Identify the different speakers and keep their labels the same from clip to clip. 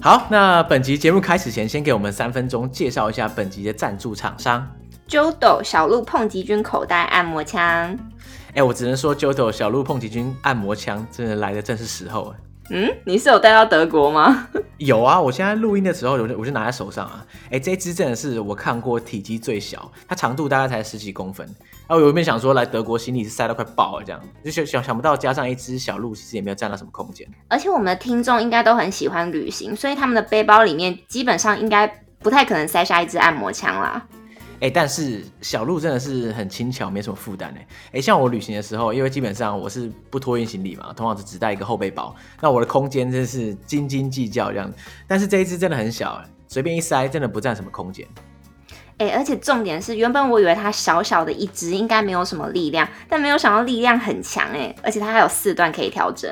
Speaker 1: 好，那本集节目开始前，先给我们三分钟介绍一下本集的赞助厂商。
Speaker 2: Jodo 小鹿碰极君口袋按摩枪，
Speaker 1: 哎、我只能说，Jodo 小鹿碰击君按摩枪真的来的正是时候哎。
Speaker 2: 嗯，你是有带到德国吗？
Speaker 1: 有啊，我现在录音的时候，我就我就拿在手上啊。哎、这只真的是我看过体积最小，它长度大概才十几公分。然后我原本想说来德国行李是塞到快爆了这样，就想想想不到加上一只小鹿，其实也没有占到什么空间。
Speaker 2: 而且我们的听众应该都很喜欢旅行，所以他们的背包里面基本上应该不太可能塞下一支按摩枪啦。
Speaker 1: 哎、但是小鹿真的是很轻巧，没什么负担哎。哎、像我旅行的时候，因为基本上我是不托运行李嘛，通常只只带一个后背包，那我的空间真是斤斤计较这样子。但是这一只真的很小、哎随便一塞真的不占什么空间。
Speaker 2: 哎、而且重点是，原本我以为它小小的一只应该没有什么力量，但没有想到力量很强哎、而且它还有四段可以调整。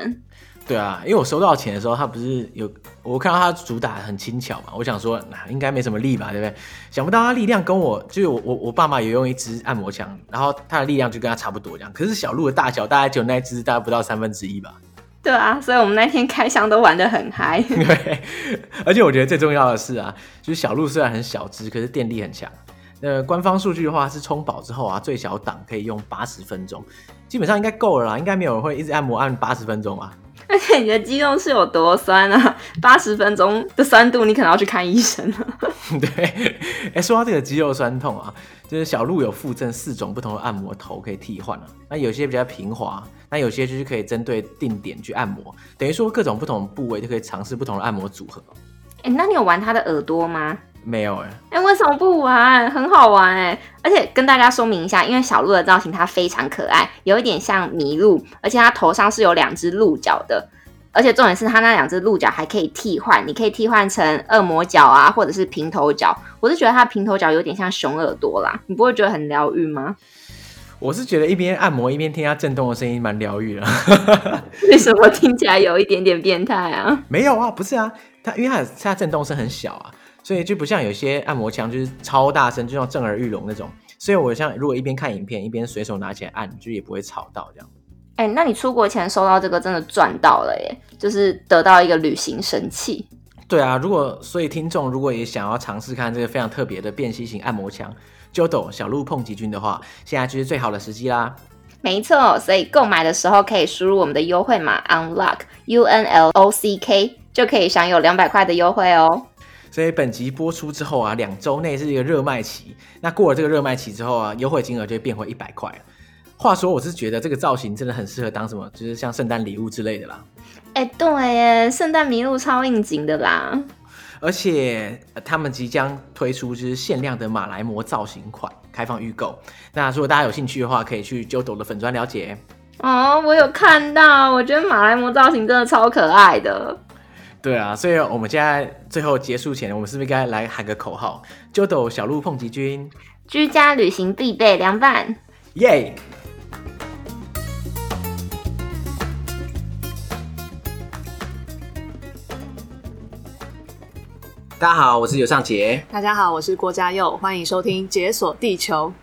Speaker 1: 对啊，因为我收到钱的时候，它不是有我看到它主打很轻巧嘛，我想说、啊、应该没什么力吧，对不对？想不到它力量跟我就是我我我爸妈也用一支按摩枪，然后它的力量就跟它差不多这样。可是小鹿的大小大概只有那一只大概不到三分之一吧。
Speaker 2: 对啊，所以我们那天开箱都玩得很 嗨。
Speaker 1: 对，而且我觉得最重要的是啊，就是小鹿虽然很小只，可是电力很强。那官方数据的话是充饱之后啊，最小档可以用八十分钟，基本上应该够了啦，应该没有人会一直按摩按八十分钟啊吧。
Speaker 2: 而且 你的肌肉是有多酸啊？八十分钟的酸度，你可能要去看医生了。
Speaker 1: 对，哎、说到这个肌肉酸痛啊，就是小鹿有附赠四种不同的按摩头可以替换啊。那有些比较平滑，那有些就是可以针对定点去按摩，等于说各种不同部位就可以尝试不同的按摩组合。
Speaker 2: 哎、那你有玩它的耳朵吗？
Speaker 1: 没有哎、
Speaker 2: 哎、为什么不玩？很好玩哎、而且跟大家说明一下，因为小鹿的造型它非常可爱，有一点像麋鹿，而且它头上是有两只鹿角的。而且重点是它那两只鹿角还可以替换，你可以替换成恶魔角啊，或者是平头角。我是觉得它平头角有点像熊耳朵啦，你不会觉得很疗愈吗？
Speaker 1: 我是觉得一边按摩一边听它震动的声音蛮疗愈的。
Speaker 2: 为什么听起来有一点点变态啊？
Speaker 1: 没有啊，不是啊，它因为它的它的震动声很小啊，所以就不像有些按摩枪就是超大声，就像震耳欲聋那种。所以我像如果一边看影片一边随手拿起来按，就也不会吵到这样。
Speaker 2: 哎、那你出国前收到这个真的赚到了耶，就是得到一个旅行神器。
Speaker 1: 对啊，如果所以听众如果也想要尝试看这个非常特别的变息型按摩枪 Jodo 小鹿碰击君的话，现在就是最好的时机啦。
Speaker 2: 没错，所以购买的时候可以输入我们的优惠码 unlock u n l o c k 就可以享有两百块的优惠哦。
Speaker 1: 所以本集播出之后啊，两周内是一个热卖期。那过了这个热卖期之后啊，优惠金额就会变回一百块。话说，我是觉得这个造型真的很适合当什么，就是像圣诞礼物之类的啦。
Speaker 2: 哎、对耶，圣诞麋鹿超应景的啦。
Speaker 1: 而且、呃他们即将推出就是限量的马来貘造型款，开放预购。那如果大家有兴趣的话，可以去 Jodo 的粉砖了解。
Speaker 2: 哦，我有看到，我觉得马来貘造型真的超可爱的。
Speaker 1: 对啊，所以我们现在最后结束前，我们是不是应该来喊个口号？Jodo 小鹿碰击君，
Speaker 2: 居家旅行必备凉拌。
Speaker 1: 耶、大家好，我是尤尚 杰。
Speaker 3: 大家好，我是郭嘉佑，欢迎收听《解锁地球》嗯。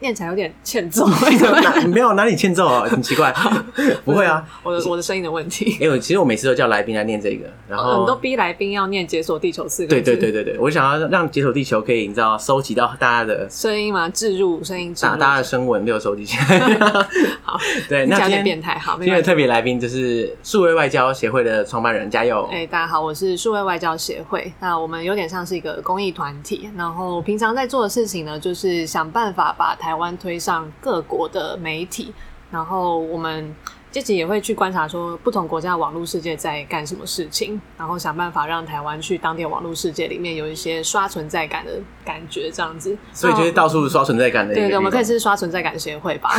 Speaker 3: 念起来有点欠揍，
Speaker 1: 哪没有哪里欠揍啊，很奇 怪。 不会啊，，
Speaker 3: 我的我的声音的问 题。
Speaker 1: 哎、我其实我每次都叫来宾来念这个，然
Speaker 3: 我
Speaker 1: 后
Speaker 3: 们哦都逼来宾要念“解锁地球”四个
Speaker 1: 哦对
Speaker 3: 字，
Speaker 1: 对对，对对，我想要让解锁地球可以，你知道，收集到大家的
Speaker 3: 声音嘛，置入声音置入
Speaker 1: 大。大家的声纹，没有收集起来。
Speaker 3: 好，
Speaker 1: 对，
Speaker 3: 听
Speaker 1: 哎那
Speaker 3: 起来有
Speaker 1: 今
Speaker 3: 点变
Speaker 1: 天
Speaker 3: 态，好，
Speaker 1: 今
Speaker 3: 没
Speaker 1: 天
Speaker 3: 关
Speaker 1: 的
Speaker 3: 系。
Speaker 1: 特别来宾就是数位外交协会的创办人，加油！
Speaker 3: 哎、大家好，我是数位外交协会。那我们有点像是一个公益团体，然后平常在做的事情呢，就是想办法把台湾推上各国的媒体，然后我们自己也会去观察说不同国家的网络世界在干什么事情，然后想办法让台湾去当地的网络世界里面有一些刷存在感的感觉，这样子。
Speaker 1: 所以就是到处刷存在感的一个
Speaker 3: 对
Speaker 1: 地
Speaker 3: 哦对，
Speaker 1: 方。
Speaker 3: 我们可以是刷存在感协会吧？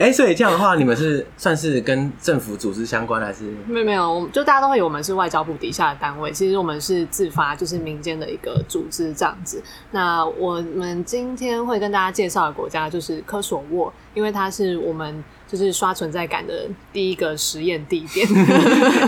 Speaker 1: 哎、所以这样的话，你们是算是跟政府组织相关，还是
Speaker 3: 没有没有，我们就大家都会以为我们是外交部底下的单位，其实我们是自发，就是民间的一个组织这样子。那我们今天会跟大家介绍的国家就是科索沃，因为它是我们。就是刷存在感的第一个实验地 点。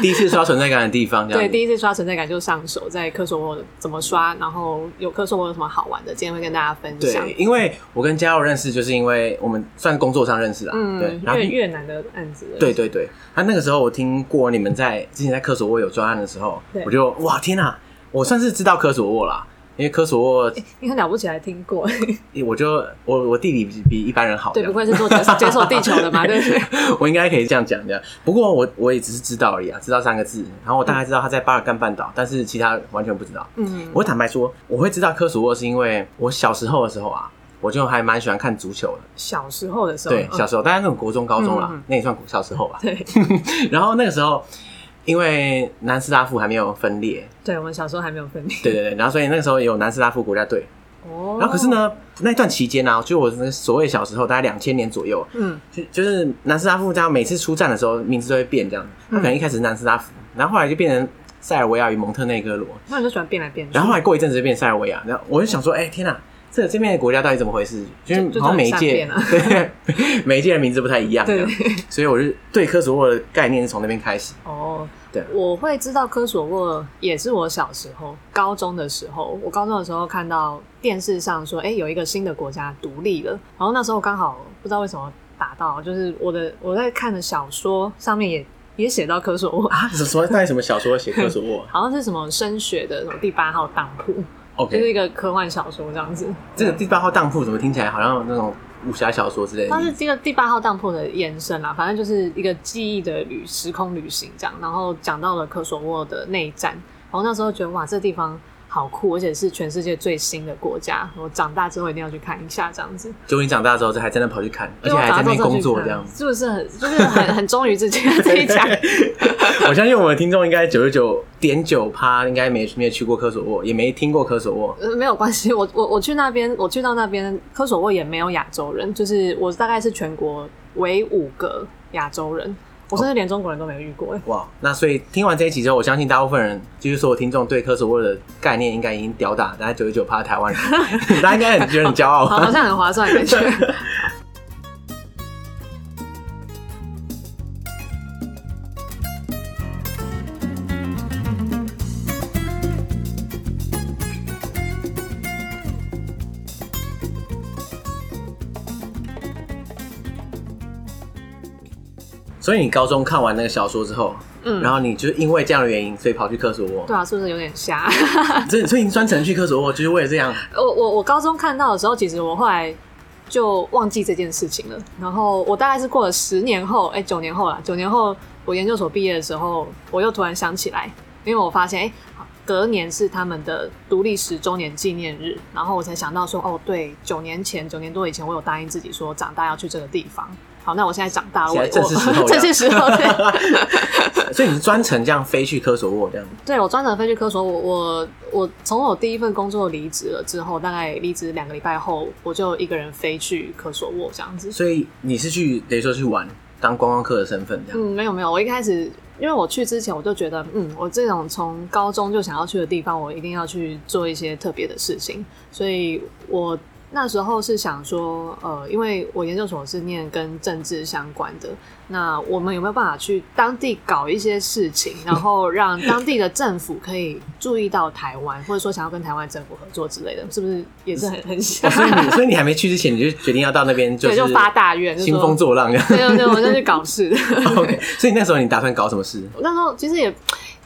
Speaker 1: 第一次刷存在感的地方，这样
Speaker 3: 对，
Speaker 1: 子
Speaker 3: 第一次刷存在感就上手，在科索沃怎么刷，然后有科索沃有什么好玩的，今天会跟大家分享
Speaker 1: 对，。因为我跟嘉佑认识，就是因为我们算工作上认识啦。对
Speaker 3: 嗯，，
Speaker 1: 然后
Speaker 3: 越越南的案子，
Speaker 1: 对，对对，他那个时候我听过你们在之前在科索沃有专案的时候
Speaker 3: 对，
Speaker 1: 我就哇天哪、我算是知道科索沃啦，因为科索沃
Speaker 3: 你很了不起，还听过，
Speaker 1: 我就我我地理比比一般人好，
Speaker 3: 对，
Speaker 1: 这样
Speaker 3: 不愧是做解解锁地球的 嘛，对不对？
Speaker 1: 我应该可以这样讲的。不过我我也只是知道而已啊，知道三个字，然后我大概知道他在巴尔干半岛，但是其他完全不知道。
Speaker 3: 嗯，
Speaker 1: 我坦白说，我会知道科索沃是因为我小时候的时候啊，我就还蛮喜欢看足球的。
Speaker 3: 小时候的时候，
Speaker 1: 对，
Speaker 3: 嗯
Speaker 1: 小时候，大概那种国中、高中啦，
Speaker 3: 嗯嗯
Speaker 1: 那也算小时候吧。
Speaker 3: 对，
Speaker 1: 然后那个时候，因为南斯拉夫还没有分裂，
Speaker 3: 对我们小时候还没有分离。
Speaker 1: 对对对，然后所以那个时候也有南斯拉夫国家队。
Speaker 3: 哦，
Speaker 1: 然后可是，呢，那段期间呢、啊，就我那个所谓小时候，大概两千年左右，
Speaker 3: 嗯，
Speaker 1: 就就是南斯拉夫，他每次出战的时候名字都会变，这样。
Speaker 3: 嗯
Speaker 1: 他可能一开始南斯拉夫，然后后来就变成塞尔维亚与蒙特内哥罗，
Speaker 3: 那你就喜欢变来变去，
Speaker 1: 然后后来过一阵子就变塞尔维亚。然后我就想说，哎、天哪、这这边的国家到底怎么回事？就是
Speaker 3: 就
Speaker 1: 好像每一届
Speaker 3: 就突然
Speaker 1: 对 每一届的名字不太一样，这
Speaker 3: 对
Speaker 1: 样。所以我就对科索沃的概念是从那边开始。
Speaker 3: 哦，
Speaker 1: 对
Speaker 3: 我会知道科索沃也是我小时候高中的时候，我高中的时候看到电视上说，哎，有一个新的国家独立了，然后那时候刚好不知道为什么打到，就是我的我在看的小说上面也也写到科索沃，
Speaker 1: 啊，什么在什么小说写科索沃啊
Speaker 3: 好像是什么升学的什么第八号当铺，就是
Speaker 1: ？OK，
Speaker 3: 一个科幻小说这样子。
Speaker 1: 这个第八号当铺怎么听起来好像那种武侠小说之类
Speaker 3: 它
Speaker 1: 的？
Speaker 3: 是这个第八号当铺的延伸啦，反正就是一个记忆的旅时空旅行这样，然后讲到了科索沃的内战，然后那时候觉得哇，这地方好酷，而且是全世界最新的国家，我长大之后一定要去看一下这样子，
Speaker 1: 结果你长大之后，这还真的跑去看，而且
Speaker 3: 因为我
Speaker 1: 还在
Speaker 3: 长大
Speaker 1: 那边
Speaker 3: 之后
Speaker 1: 工作
Speaker 3: 去看
Speaker 1: 这样子。
Speaker 3: 是不是很就是很很忠于自 己 啊自己讲？
Speaker 1: 我相信我们的听众应该九十九点九趴应该没没有去过科索沃，也没听过科索沃。
Speaker 3: 呃没有关系，我我我去那边，我去到那边，科索沃也没有亚洲人，就是我大概是全国唯五个亚洲人，我甚至连中国人都没有遇 过、欸
Speaker 1: 哇，那所以听完这一集之后，我相信大部分人，就是所有听众对科索沃的概念应该已经吊打大概九十九趴台湾 人，大家应该很觉得很骄傲
Speaker 3: 好好
Speaker 1: 吧。
Speaker 3: 像很划算的感觉。
Speaker 1: 所以你高中看完那个小说之后，
Speaker 3: 嗯
Speaker 1: 然后你就因为这样的原因，所以跑去科索沃
Speaker 3: 对，啊，是不是有点瞎？
Speaker 1: 这所以你专程去科索沃就是为了这样。
Speaker 3: 我我我高中看到的时候，其实我后来就忘记这件事情了。然后我大概是过了十年后，哎、九年后啦，九年后我研究所毕业的时候，我又突然想起来，因为我发现，哎、隔年是他们的独立十周年纪念日，然后我才想到说，哦，对，九年前，九年多以前，我有答应自己说，长大要去这个地方。好，那我现在长大了，啊我
Speaker 1: 现在正是时候
Speaker 3: 我 正是时候，对。
Speaker 1: 所以你是专程这样飞去科索沃这样。
Speaker 3: 对我专程飞去科索沃，我我从我第一份工作离职了之后，大概离职两个礼拜后，我就一个人飞去科索沃这样子。
Speaker 1: 所以你是去等于说去玩，当观光客的身份这样。
Speaker 3: 嗯，没有没有，我一开始因为我去之前我就觉得，嗯，我这种从高中就想要去的地方，我一定要去做一些特别的事情，所以我那时候是想说，呃，因为我研究所是念跟政治相关的，那我们有没有办法去当地搞一些事情，然后让当地的政府可以注意到台湾，或者说想要跟台湾政府合作之类的，是不是也是很很想
Speaker 1: 哦、？所以你，所以你还没去之前， 你就决定要到那边，
Speaker 3: 对，
Speaker 1: 是
Speaker 3: 就发大愿，就
Speaker 1: 兴
Speaker 3: 说
Speaker 1: 风作浪这样。
Speaker 3: 对对对，我就去搞事。
Speaker 1: OK，所以那时候你打算搞什么事？
Speaker 3: 我那时候其实也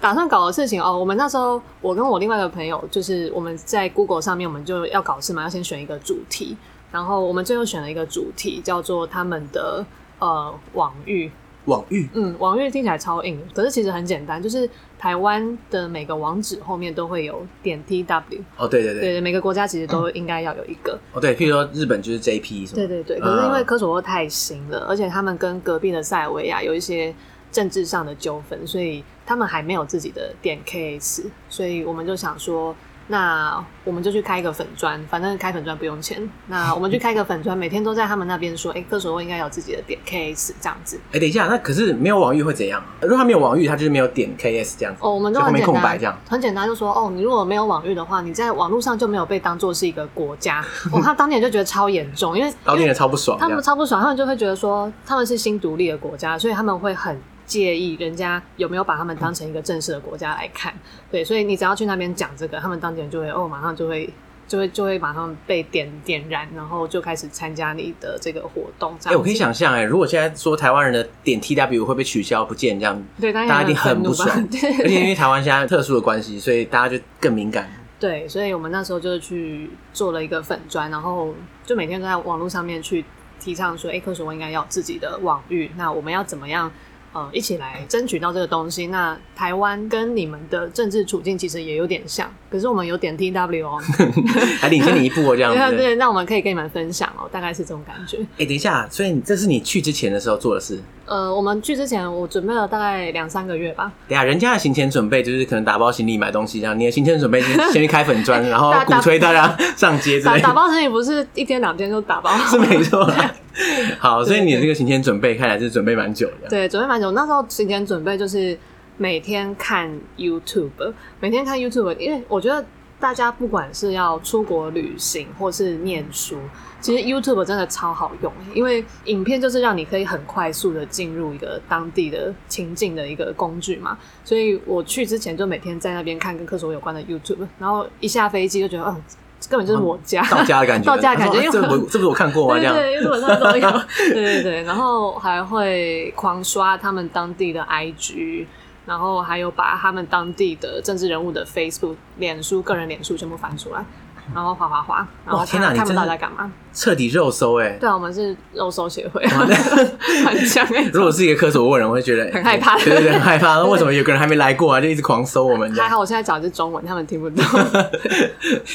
Speaker 3: 打算搞的事情哦，我们那时候我跟我另外一个朋友，就是我们在 Google 上面我们就要搞事嘛，要先选一个主题，然后我们最后选了一个主题叫做他们的呃网域，
Speaker 1: 网域
Speaker 3: 嗯，网域听起来超硬，可是其实很简单，就是台湾的每个网址后面都会有点 tw，
Speaker 1: 哦，对对对，
Speaker 3: 对，每个国家其实都应该要有一个。
Speaker 1: 哦对，譬如说日本就是 JP 什么，
Speaker 3: 对对对，可是因为科索沃太新了，而且他们跟隔壁的塞尔维亚有一些政治上的纠纷，所以他们还没有自己的点 KS，所以我们就想说，那我们就去开一个粉砖，反正开粉砖不用钱。那我们去开个粉砖，每天都在他们那边说，哎、各所会应该有自己的点 case 这样子。
Speaker 1: 哎、等一下，那可是没有网域会怎样？啊如果他没有网域，他就是没有点 KS 这样子，
Speaker 3: 哦，我们就
Speaker 1: 就后
Speaker 3: 很
Speaker 1: 面
Speaker 3: 简
Speaker 1: 空
Speaker 3: 单，
Speaker 1: 白这样。
Speaker 3: 很简单，就说哦，你如果没有网域的话，你在网络上就没有被当做是一个国家。哦，他当年就觉得超严重，因为
Speaker 1: 然后
Speaker 3: 因
Speaker 1: 令
Speaker 3: 为
Speaker 1: 人超不爽哦
Speaker 3: 他
Speaker 1: 这
Speaker 3: 们
Speaker 1: 样。
Speaker 3: 超不爽，他们就会觉得说他们是新独立的国家，所以他们会很介意人家有没有把他们当成一个正式的国家来看。对，所以你只要去那边讲这个，他们当地人就会哦，马上就会。就会就会马上被点点燃，然后就开始参加你的这个活动。这样子
Speaker 1: 哎、我可以，想象，哎，如果现在说台湾人的点 TW 会被取消不见这样，
Speaker 3: 对，大
Speaker 1: 大家一定
Speaker 3: 很
Speaker 1: 很不
Speaker 3: 愤怒吧
Speaker 1: 爽
Speaker 3: 对 对
Speaker 1: 而
Speaker 3: 对
Speaker 1: 且因为台湾现在特殊的关系，所以大家就更敏 感。
Speaker 3: 对，所以我们那时候就是去做了一个粉砖，然后就每天都在网络上面去提倡说，哎，科学文应该要有自己的网域，那我们要怎么样？呃，一起来争取到这个东西。那台湾跟你们的政治处境其实也有点像， 可是我们有点 TW 哦。
Speaker 1: 还领先你一步哦，这样
Speaker 3: 对
Speaker 1: 子。
Speaker 3: 啊
Speaker 1: 哎、
Speaker 3: 对，那我们可以跟你们分享哦，大概是这种感觉。
Speaker 1: 等一下，所以你这是你去之前的时候做的事。
Speaker 3: 呃，我们去之前我准备了大概两三个月吧，
Speaker 1: 等一下，人家的行前准备就是可能打包行李买东西这样，你的行前准备就是先去开粉 砖，然后
Speaker 3: 打
Speaker 1: 鼓
Speaker 3: 打
Speaker 1: 吹大家上街之
Speaker 3: 打
Speaker 1: 类
Speaker 3: 打
Speaker 1: 的，
Speaker 3: 包行李不是一天两天就打包
Speaker 1: 是没错啦。好，所以你的
Speaker 3: 对对
Speaker 1: 这个行前准备看来是准备蛮久的。
Speaker 3: 对，准备蛮久。那时候行前准备就是每天看 YouTube，每天看 YouTube，因为我觉得大家不管是要出国旅行或是念书，其实 YouTube 真的超好用，因为影片就是让你可以很快速的进入一个当地的情境的一个工具嘛。所以我去之前就每天在那边看跟科索有关的 YouTube，然后一下飞机就觉得，嗯、根本就是我家。
Speaker 1: 到家的感觉，
Speaker 3: 到家的感觉
Speaker 1: 他说啊这
Speaker 3: 因为
Speaker 1: 不这不是我看过吗？这
Speaker 3: 对
Speaker 1: 样，
Speaker 3: 对，因为晚上都 有，对对对，然后还会狂刷他们当地的 IG，然后还有把他们当地的政治人物的 Facebook、脸书、个人脸书全部翻出来，然后划划划，然后
Speaker 1: 哇天
Speaker 3: 看
Speaker 1: 哪你
Speaker 3: 看不
Speaker 1: 真
Speaker 3: 到
Speaker 1: 是
Speaker 3: 在干嘛。
Speaker 1: 彻底肉搜哎、
Speaker 3: 对啊，我们是肉搜协会， 很强哎、
Speaker 1: 如果是一个科索沃人，我会觉得
Speaker 3: 很害怕
Speaker 1: 对对对，很害怕。为什么有个人还没来过啊？就一直狂搜我们这
Speaker 3: 还
Speaker 1: 样。
Speaker 3: 好我现在讲的是中文，他们听不 懂。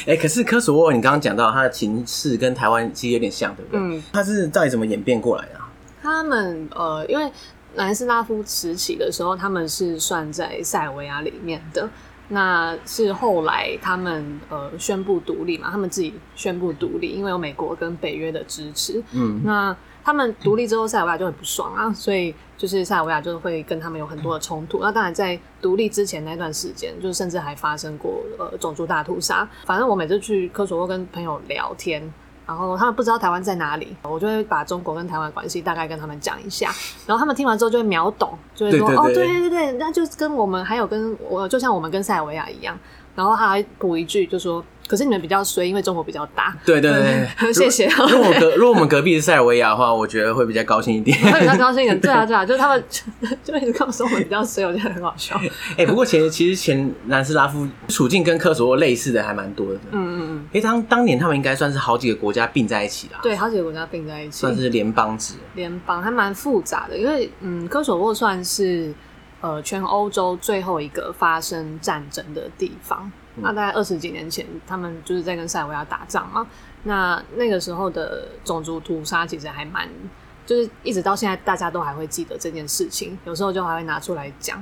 Speaker 1: 哎、可是科索沃，你刚刚讲到它的情势跟台湾其实有点像，对不对？
Speaker 3: 嗯，
Speaker 1: 它是到底怎么演变过来的啊、
Speaker 3: 他们呃，因为南斯拉夫时期的时候，他们是算在塞尔维亚里面的。那是后来他们呃宣布独立嘛，他们自己宣布独立，因为有美国跟北约的支持。
Speaker 1: 嗯，
Speaker 3: 那他们独立之后，塞尔维亚就很不爽啊，所以就是塞尔维亚就会跟他们有很多的冲突。那当然，在独立之前那段时间，就甚至还发生过呃种族大屠杀。反正我每次去科索沃跟朋友聊天，然后他们不知道台湾在哪里，我就会把中国跟台湾的关系大概跟他们讲一下，然后他们听完之后就会秒懂，就会说
Speaker 1: 对对
Speaker 3: 哦，
Speaker 1: 对
Speaker 3: 对对对对，那就跟我们还有跟我就像我们跟塞尔维亚一样，然后他还补一句就说，可是你们比较衰，因为中国比较大。
Speaker 1: 对对对对，
Speaker 3: 谢谢
Speaker 1: 如果如果我隔如果我们隔壁是塞尔维亚的话，我觉得会比较高兴一 点。
Speaker 3: 会比较高兴一点。对啊，对啊，就是他们就一直跟我说我们比较衰，我觉得很好 笑。
Speaker 1: 哎、不过前其实前南斯拉夫处境跟科索沃类似的还蛮多的。嗯，
Speaker 3: 嗯嗯嗯，
Speaker 1: 因为当当年他们应该算是好几个国家并在一起啦，
Speaker 3: 对，好几个国家并在一起，
Speaker 1: 算是联邦制。
Speaker 3: 联邦还蛮复杂的，因为嗯，科索沃算是呃全欧洲最后一个发生战争的地方。
Speaker 1: 嗯
Speaker 3: 那大概二十几年前，他们就是在跟塞尔维亚打仗嘛。那那个时候的种族屠杀其实还蛮，就是一直到现在大家都还会记得这件事情，有时候就还会拿出来讲。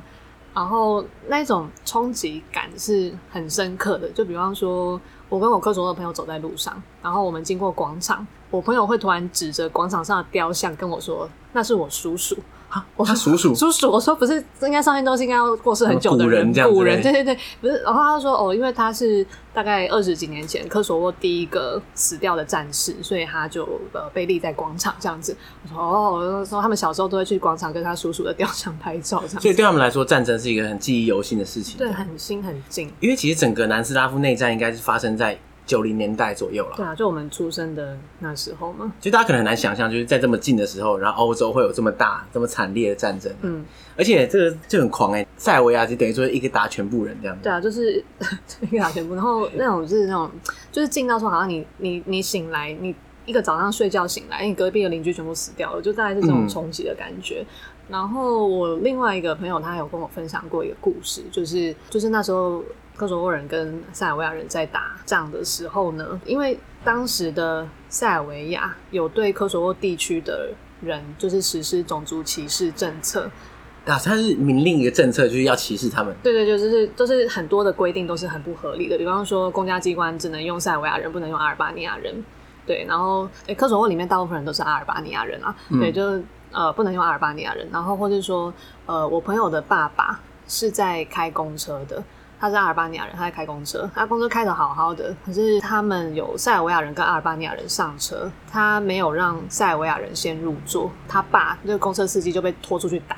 Speaker 3: 然后那种冲击感是很深刻的。就比方说，我跟我科索沃的朋友走在路上，然后我们经过广场，我朋友会突然指着广场上的雕像跟我说：“那是我叔叔。”啊，我
Speaker 1: 他
Speaker 3: 说
Speaker 1: 叔 叔
Speaker 3: 叔叔，我说不是，应该上面都是应该要过世很久的
Speaker 1: 古人这样之类
Speaker 3: 古人对对对，不是。然后他说哦，因为他是大概二十几年前科索沃第一个死掉的战士，所以他就呃被立在广场这样子。我说哦，我说他们小时候都会去广场跟他叔叔的雕像拍照这样
Speaker 1: 所以
Speaker 3: 子，
Speaker 1: 对他们来说，战争是一个很记忆犹新的事情。
Speaker 3: 对，很新很近。
Speaker 1: 因为其实整个南斯拉夫内战应该是发生在九零年代左右了，
Speaker 3: 对啊，就我们出生的那时候嘛，
Speaker 1: 就大家可能很难想象，就是在这么近的时候，然后欧洲会有这么大、这么惨烈的战争，
Speaker 3: 嗯，
Speaker 1: 而且这个就很狂哎、塞尔维亚就等于说一个打全部人这样子
Speaker 3: 对。啊，就是 一个打啊全部，然后那种就是那种，就是近到说好像你你你醒来，你一个早上睡觉醒来，你隔壁的邻居全部死掉了，就大概是这种
Speaker 1: 嗯
Speaker 3: 冲击的感觉。然后我另外一个朋友他有跟我分享过一个故事，就是就是那时候科索沃人跟塞尔维亚人在打仗的时候呢，因为当时的塞尔维亚有对科索沃地区的人就是实施种族歧视政策，
Speaker 1: 啊，他是明令一个政策，就是要歧视他们。
Speaker 3: 对对，对就是都是很多的规定都是很不合理的，比方说公家机关只能用塞尔维亚人，不能用阿尔巴尼亚人。对，然后诶，科索沃里面大部分人都是阿尔巴尼亚人啊，
Speaker 1: 嗯
Speaker 3: 对，就是呃不能用阿尔巴尼亚人，然后或者说呃我朋友的爸爸是在开公车的。他是阿尔巴尼亚人，他在开公车，他公车开的好好的，可是他们有塞尔维亚人跟阿尔巴尼亚人上车，他没有让塞尔维亚人先入座，他爸那个公车司机就被拖出去打，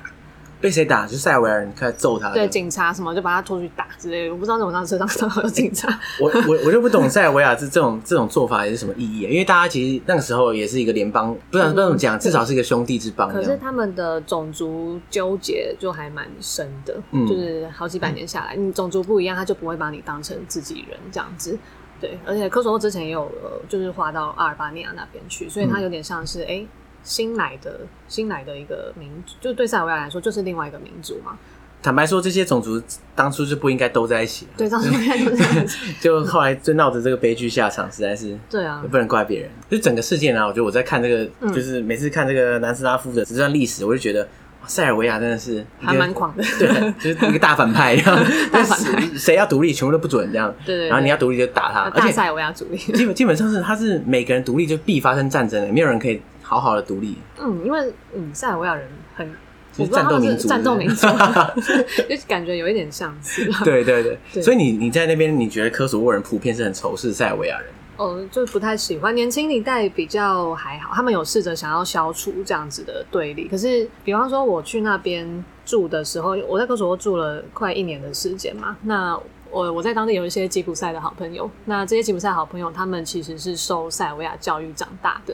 Speaker 1: 被谁打？就塞尔维亚人开始揍他。
Speaker 3: 对，警察什么就把他拖去打之类的，我不知道怎么让车上都有警察。
Speaker 1: 我我我就不懂塞尔维亚这这种 这种做法也是什么意义，啊因为大家其实那个时候也是一个联邦，不然不知道怎么讲，至少是一个兄弟之邦这
Speaker 3: 嗯可是
Speaker 1: 样。
Speaker 3: 他们的种族纠结就还蛮深的，
Speaker 1: 嗯
Speaker 3: 就是好几百年下来，你种族不一样，他就不会把你当成自己人这样子。对，而且科索沃之前也有呃，就是划到阿尔巴尼亚那边去，所以它
Speaker 1: 嗯
Speaker 3: 有点像是哎、诶新来的新来的一个民族，就对塞尔维亚来说就是另外一个民族嘛。
Speaker 1: 坦白说，这些种族当初就不应该都在一起，
Speaker 3: 对，这样应该就是这样子
Speaker 1: 就后来就闹着这个悲剧下场，实在是。
Speaker 3: 对啊
Speaker 1: 也，不能怪别人，就整个事件啊，我觉得我在看这个，
Speaker 3: 嗯
Speaker 1: 就是每次看这个南斯拉夫的这段历史，我就觉得哇塞尔维亚真的是一个
Speaker 3: 还蛮，狂的。
Speaker 1: 对，就是一个大反派，这样
Speaker 3: 大反派
Speaker 1: 就是谁要独立全部都不准这样，
Speaker 3: 对对对
Speaker 1: 然后你要独立就打他，而
Speaker 3: 大
Speaker 1: 且
Speaker 3: 塞尔维亚主义。
Speaker 1: 基本基本上是他是每个人独立就必发生战争的，没有人可以好好的独立。
Speaker 3: 嗯，因为嗯，塞尔维亚人很，
Speaker 1: 就是
Speaker 3: 我不知道他们是
Speaker 1: 战
Speaker 3: 战
Speaker 1: 斗
Speaker 3: 斗
Speaker 1: 民
Speaker 3: 民
Speaker 1: 族
Speaker 3: 族， 就感觉有一点像是。，
Speaker 1: 对对对，
Speaker 3: 对
Speaker 1: 所以你你在那边，你觉得科索沃人普遍是很仇视塞尔维亚人？
Speaker 3: 哦，就不太喜欢。年轻一代比较还好，他们有试着想要消除这样子的对立。可是，比方说我去那边住的时候，我在科索沃住了快一年的时间嘛，那。我我在当地有一些吉普赛的好朋友，那这些吉普赛好朋友，他们其实是受塞尔维亚教育长大的，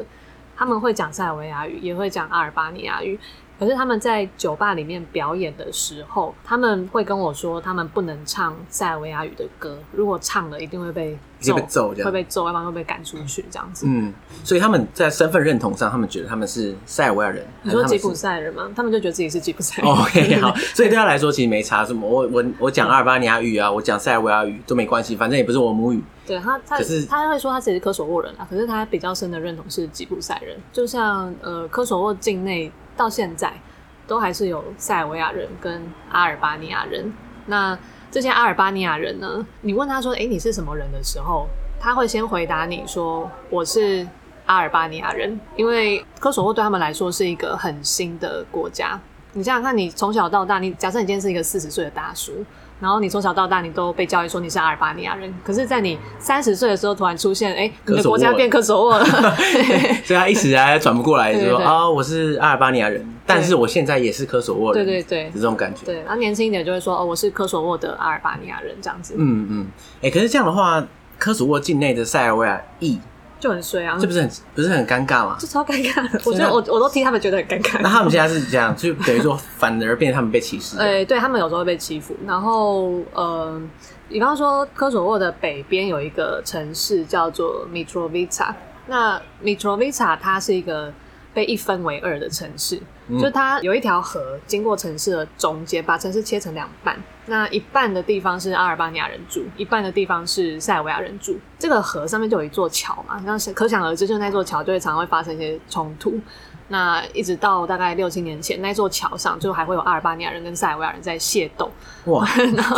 Speaker 3: 他们会讲塞尔维亚语，也会讲阿尔巴尼亚语，可是他们在酒吧里面表演的时候，他们会跟我说，他们不能唱塞尔维亚语的歌，如果唱了一定会被
Speaker 1: 一定
Speaker 3: 揍，
Speaker 1: 被揍这样
Speaker 3: 会被揍，要不然会被赶出去这样子。
Speaker 1: 嗯，所以他们在身份认同上，他们觉得他们是塞尔维亚人，还
Speaker 3: 你
Speaker 1: 是哦
Speaker 3: 说
Speaker 1: 他
Speaker 3: 吉
Speaker 1: 们是
Speaker 3: 普赛人吗？他们就觉得自己是吉普 赛人。
Speaker 1: OK，好，所以对他来说其实没差什么。我我我讲阿尔巴尼亚语啊，我讲塞尔维亚语都没关系，反正也不是我母语。
Speaker 3: 对他，他
Speaker 1: 可是
Speaker 3: 他会说他自己是科索沃人啊，可是他比较深的认同是吉普赛人。就像呃，科索沃境内到现在都还是有塞尔维亚人跟阿尔巴尼亚人。那这些阿尔巴尼亚人呢，你问他说：“诶，你是什么人？”的时候，他会先回答你说：“我是阿尔巴尼亚人。”因为科索沃对他们来说是一个很新的国家。你想想看，你从小到大，你假设你今天是一个四十岁的大叔，然后你从小到大你都被教育说你是阿尔巴尼亚人，可是，在你三十岁的时候突然出现，哎、你
Speaker 1: 科
Speaker 3: 的
Speaker 1: 索沃
Speaker 3: 国家变科索沃了， 对
Speaker 1: 所以他一时还转不过来，就
Speaker 3: 对
Speaker 1: 说
Speaker 3: 对对
Speaker 1: 啊、我是阿尔巴尼亚人，但是我现在也是科索沃人，
Speaker 3: 对对对
Speaker 1: 就这种感觉。
Speaker 3: 对，然后年轻一点就会说哦，我是科索沃的阿尔巴尼亚人，这样子、
Speaker 1: 嗯嗯，哎、可是这样的话，科索沃境内的塞尔维亚裔，
Speaker 3: 就很衰啊，
Speaker 1: 这不是很不是很尴尬吗？
Speaker 3: 就超尴尬的。我觉得我我都替他们觉得很尴尬。
Speaker 1: 那他们现在是这样，就等于说反而变成他们被歧 视。
Speaker 3: 呃，对他们有时候会被欺负。然后，呃，比方说科索沃的北边有一个城市叫做 Mitrovica，那 Mitrovica 它是一个被一分为二的城市，
Speaker 1: 嗯
Speaker 3: 就它有一条河经过城市的中间，把城市切成两半。那一半的地方是阿尔巴尼亚人住，一半的地方是塞尔维亚人住。这个河上面就有一座桥嘛，那可想而知，就那座桥就会常常会发生一些冲突。那一直到大概六七年前，那座桥上就还会有阿尔巴尼亚人跟塞尔维亚人在械斗。
Speaker 1: 哇，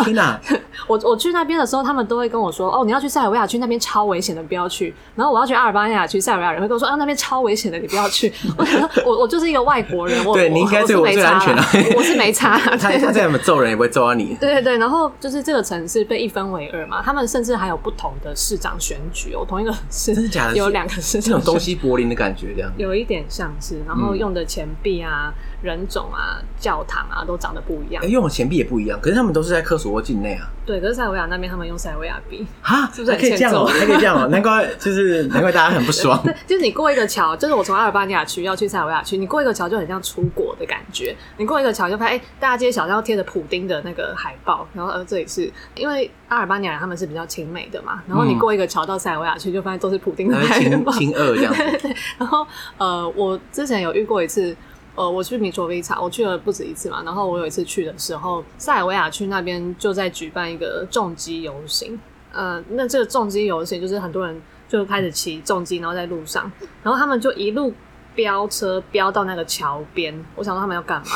Speaker 1: 天哪、
Speaker 3: 我我去那边的时候，他们都会跟我说：“哦，你要去塞尔维亚去，那边超危险的，不要去。”然后我要去阿尔巴尼亚去，塞尔维亚人会跟我说：“啊，那边超危险的，你不要去。” 我想说，我我就是一个外国人，我
Speaker 1: 对
Speaker 3: 我
Speaker 1: 你应该对我
Speaker 3: 我是没
Speaker 1: 最安全啊
Speaker 3: 差啦 我是没差啦。
Speaker 1: 他
Speaker 3: 对
Speaker 1: 他再怎么揍人也不会揍到 你。
Speaker 3: 对对对，然后就是这个城市被一分为二嘛，他们甚至还有不同的市长选举哦，同一个市
Speaker 1: 真的假的
Speaker 3: 有两个市
Speaker 1: 这种
Speaker 3: 长
Speaker 1: 东
Speaker 3: 选举
Speaker 1: 西柏林的感觉，这样
Speaker 3: 有一点像是，然
Speaker 1: 嗯
Speaker 3: 后用的钱币啊、人种啊、教堂啊都长得不一样
Speaker 1: 诶。用的钱币也不一样，可是他们都是在科索沃境内啊。
Speaker 3: 对，可是塞尔维亚那边他们用塞尔维亚币，
Speaker 1: 啊，
Speaker 3: 是不是
Speaker 1: 还
Speaker 3: 很
Speaker 1: 可以这样哦、
Speaker 3: 欠揍
Speaker 1: 还可以这样哦、难怪 就是难怪大家很不爽。
Speaker 3: 就是你过一个桥，就是我从阿尔巴尼亚区要去塞尔维亚区，你过一个桥就很像出国的感觉。你过一个桥就发现，哎、大街小巷贴着普丁的那个海报，然后呃这里是因为阿尔巴尼亚人他们是比较亲美的嘛，然后你
Speaker 1: 嗯
Speaker 3: 过一个桥到塞尔维亚去，就发现都是普丁的
Speaker 1: 然后
Speaker 3: 海
Speaker 1: 亲
Speaker 3: 报。
Speaker 1: 亲二这样子，
Speaker 3: 然后呃，我之前有遇过一次，呃，我去米卓维查，我去了不止一次嘛。然后我有一次去的时候，塞尔维亚区那边就在举办一个重机游行。呃，那这个重机游行就是很多人就开始骑重机，然后在路上，然后他们就一路飙车飙到那个桥边。我想说他们要干嘛？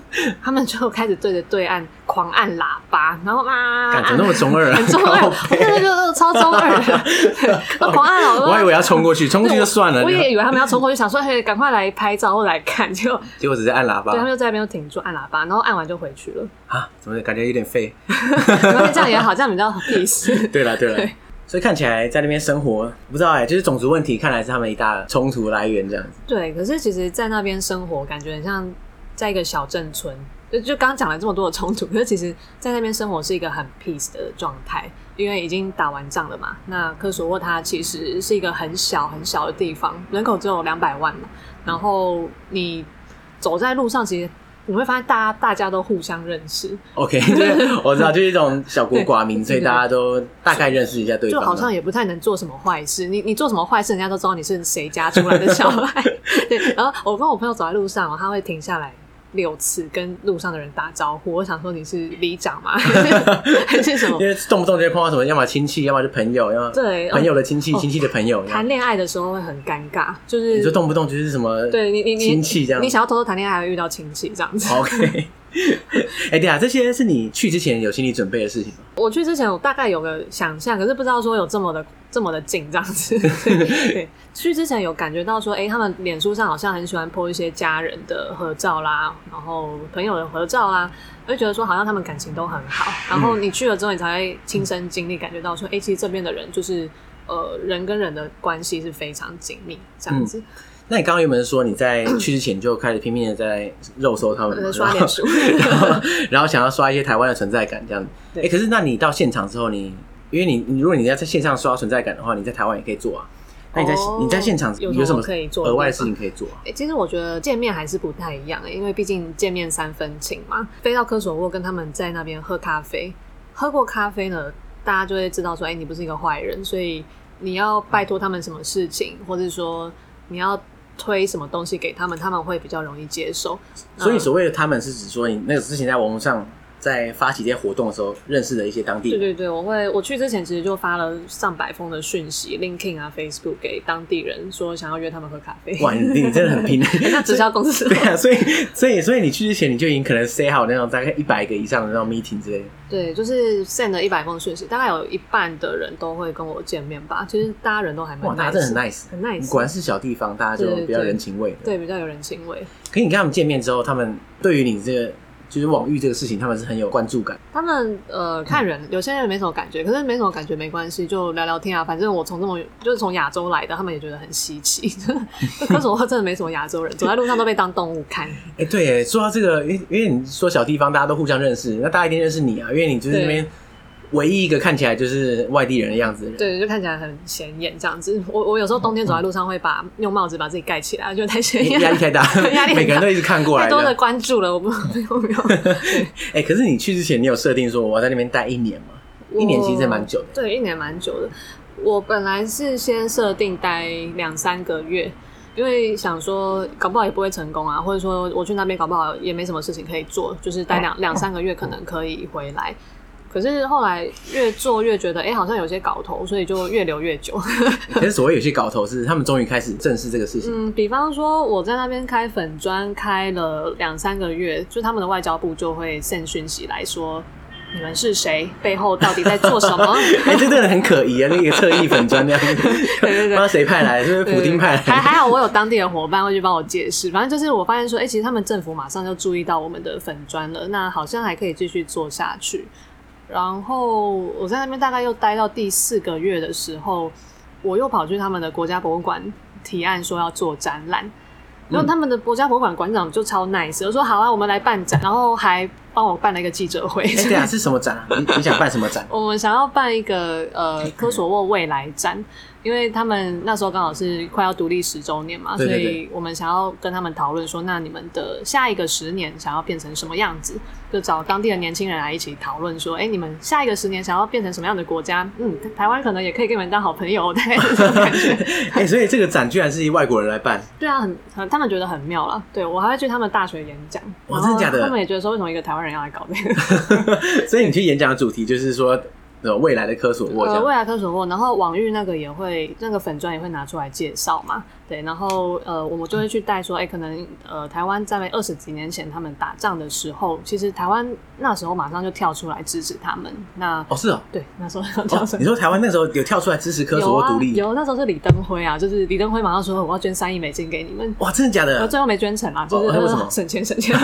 Speaker 3: 他们就开始对着对岸狂按喇叭，然后啊，
Speaker 1: 感觉那么中二啊，
Speaker 3: 很中二，
Speaker 1: 靠
Speaker 3: 我
Speaker 1: 背
Speaker 3: 真的就超中二啊的，都狂按喇 叭。
Speaker 1: 我还以为要冲过去，冲过去就算 了，
Speaker 3: 我也
Speaker 1: 就
Speaker 3: 以为他们要冲过去，想说嘿，赶快来拍照或来看，结果
Speaker 1: 结果只是按喇叭
Speaker 3: 对他们就在那边停住按喇叭，然后按完就回去了。
Speaker 1: 啊，怎么感觉有点废？
Speaker 3: 然后这样也好，这样比较 peace。
Speaker 1: 对了对了
Speaker 3: 对，
Speaker 1: 所以看起来在那边生活，不知道哎、就是种族问题，看来是他们一大冲突来源这样子。
Speaker 3: 对，可是其实，在那边生活，感觉很像在一个小镇村。就就刚讲了这么多的冲突，可是其实，在那边生活是一个很 peace 的状态，因为已经打完仗了嘛。那科索沃它其实是一个很小很小的地方，人口只有两百万嘛。然后你走在路上，其实你会发现大家大家都互相认识，
Speaker 1: OK，就是 我知道，就是一种小国寡民，
Speaker 3: 对
Speaker 1: 所以大家都大概认识一下对
Speaker 3: 就
Speaker 1: 方。啊
Speaker 3: 好像也不太能做什么坏事。你你做什么坏事，人家都知道你是谁家出来的小 孩。对，然后我跟我朋友走在路上，他会停下来六次跟路上的人打招呼。我想说你是里 长吗？还是什么
Speaker 1: 因？为动不动就会碰到什么，要么亲戚，要么就朋友，要么
Speaker 3: 对，
Speaker 1: 朋友的亲戚，
Speaker 3: 哦
Speaker 1: 亲戚的朋友。
Speaker 3: 谈恋爱的时候会很尴尬，就是
Speaker 1: 你说动不动就是什么
Speaker 3: 对你你你
Speaker 1: 亲戚这样
Speaker 3: 你想要偷偷谈恋爱，还会遇到亲戚这样子。
Speaker 1: OK，哎、对啊，这些是你去之前有心理准备的事情吗？
Speaker 3: 我去之前，我大概有个想象，可是不知道说有这么的这么的紧这 样子。对，去之前有感觉到说，哎、他们脸书上好像很喜欢 po 一些家人的合照啦，然后朋友的合照啊，我就觉得说好像他们感情都很好。然
Speaker 1: 嗯
Speaker 3: 后你去了之后，你才会亲身经历，感觉到说，哎、其实这边的人就是呃，人跟人的关系是非常紧密这
Speaker 1: 嗯
Speaker 3: 样子。
Speaker 1: 那你刚刚原本是说你在去之前就开始拼命的在肉搜他们嘛，
Speaker 3: 呃刷
Speaker 1: 然后
Speaker 3: 脸书
Speaker 1: 然后然后想要刷一些台湾的存在感这样子。哎、
Speaker 3: 对
Speaker 1: 可是那你到现场之后你，因为你你如果你要在线上刷存在感的话，你在台湾也可以做啊。 那你在、
Speaker 3: 哦
Speaker 1: 你在现场
Speaker 3: 有
Speaker 1: 什么
Speaker 3: 可以做的
Speaker 1: 额外的
Speaker 3: 地
Speaker 1: 事
Speaker 3: 方
Speaker 1: 情可以做啊？
Speaker 3: 欸，其实我觉得见面还是不太一样、欸，因为毕竟见面三分情嘛。飞到科索沃跟他们在那边喝咖啡，喝过咖啡呢，大家就会知道说，哎、你不是一个坏人，所以你要拜托他们什么事情，或者说你要推什么东西给他们，他们会比较容易接受。
Speaker 1: 所以所谓的他们是指说你那个之前在网络上在发起这些活动的时候认识的一些当地
Speaker 3: 对
Speaker 1: 人。
Speaker 3: 对对，我会我去之前其实就发了上百封的讯息，LinkedIn 啊、Facebook 给当地人说想要约他们喝咖啡。
Speaker 1: 哇，你你真的很拼！
Speaker 3: 那直销 公司
Speaker 1: 对啊，所以所以所以你去之前你就已经可能 say 好那种大概一百个以上的那种 meeting 之类的。
Speaker 3: 对，就是 send 了一百封讯息，大概有一半的人都会跟我见面吧。其实大家人都还蛮
Speaker 1: 哇，大家真的很 nice，
Speaker 3: 很
Speaker 1: 你
Speaker 3: nice，
Speaker 1: 果然是小地方，大家就
Speaker 3: 对对
Speaker 1: 比较
Speaker 3: 对
Speaker 1: 人情味的。
Speaker 3: 对比较有人情味。
Speaker 1: 可你跟他们见面之后，他们对于你这个就是网域这个事情，他们是很有关注感。
Speaker 3: 他们呃看人，有些人没什么感觉，可是没什么感觉没关系，就聊聊天啊。反正我从这么远就是从亚洲来的，他们也觉得很稀奇。 科索沃真的没什么亚洲人，走在路上都被当动物看。
Speaker 1: 哎、对耶，说到这个，因为因为你说小地方大家都互相认识，那大家一定认识你啊，因为你就是那边唯一一个看起来就是外地人的样子的人。
Speaker 3: 对，就看起来很显眼这样子。我我有时候冬天走在路上会把用帽子把自己盖起来，我觉得太显眼，，
Speaker 1: 压力太大
Speaker 3: 压 力很大
Speaker 1: 每个人都一直看过来
Speaker 3: 太多的
Speaker 1: 的。
Speaker 3: 关注了。我不没有没有，对
Speaker 1: 哎、可是你去之前，你有设定说我要在那边待一年吗？ 一年其实也蛮久 的。
Speaker 3: 对，一年蛮久的。我本来是先设定待两三个月，因为想说搞不好也不会成功啊，或者说我去那边搞不好也没什么事情可以做，就是待两两三个月可能可以回来。可是后来越做越觉得，哎、好像有些搞头，所以就越留越久。
Speaker 1: 可是所谓有些搞头是，他们终于开始正视这个事 情。
Speaker 3: 嗯，比方说我在那边开粉砖开了两三个月，就他们的外交部就会 send 讯息来说，你们是谁，背后到底在做什么？
Speaker 1: 哎、这真的很可疑啊！那个特意粉砖那样子，
Speaker 3: 对对对
Speaker 1: 不知道谁派来的，是不是普丁派来的？哎
Speaker 3: 还还好我有当地的伙伴会去帮我解释。反正就是我发现说，哎、其实他们政府马上就注意到我们的粉砖了，那好像还可以继续做下去。然后我在那边大概又待到第四个月的时候，我又跑去他们的国家博物馆提案说要做展
Speaker 1: 嗯
Speaker 3: 览。然后他们的国家博物馆馆长就超 nice，我说好啊，我们来办展，然后还帮我办了一个记者会。
Speaker 1: 哎、对啊，是什么展啊？你你想办什么展？
Speaker 3: 我们想要办一个呃科索沃未来展，因为他们那时候刚好是快要独立十周年嘛，
Speaker 1: 对对对
Speaker 3: 所以我们想要跟他们讨论说，那你们的下一个十年想要变成什么样子？就找当地的年轻人来一起讨论说，哎、你们下一个十年想要变成什么样的国家？嗯，台湾可能也可以跟你们当好朋友，大概 是这种感觉。
Speaker 1: 哎、所以这个展居然是外国人来办，
Speaker 3: 对啊，很很，他们觉得很妙啦。对我还会去他们大学演讲，
Speaker 1: 哇
Speaker 3: 然后
Speaker 1: 真的假的
Speaker 3: 他们也觉得说，为什么一个台湾人要来搞这个？
Speaker 1: 所以你去演讲的主题就是说呃未来的科索沃这
Speaker 3: 呃，未
Speaker 1: 样。
Speaker 3: 来科索沃，然后网域那个也会，那个粉砖也会拿出来介绍嘛，对，然后呃，我们就会去带说，哎、可能呃，台湾在二十几年前他们打仗的时候，其实台湾那时候马上就跳出来支持他们，那
Speaker 1: 哦，是哦，
Speaker 3: 对，那时候
Speaker 1: 哦
Speaker 3: 跳出来。
Speaker 1: 你说台湾那时候有跳出来支持科索
Speaker 3: 有
Speaker 1: 沃独
Speaker 3: 啊，
Speaker 1: 立？
Speaker 3: 有那时候是李登辉啊，就是李登辉马上说我要捐三亿美金给你们，
Speaker 1: 哇，真的假
Speaker 3: 然后
Speaker 1: 的？
Speaker 3: 最后没捐成啊，就是、
Speaker 1: 哦哎为什么
Speaker 3: 呃 省钱省钱。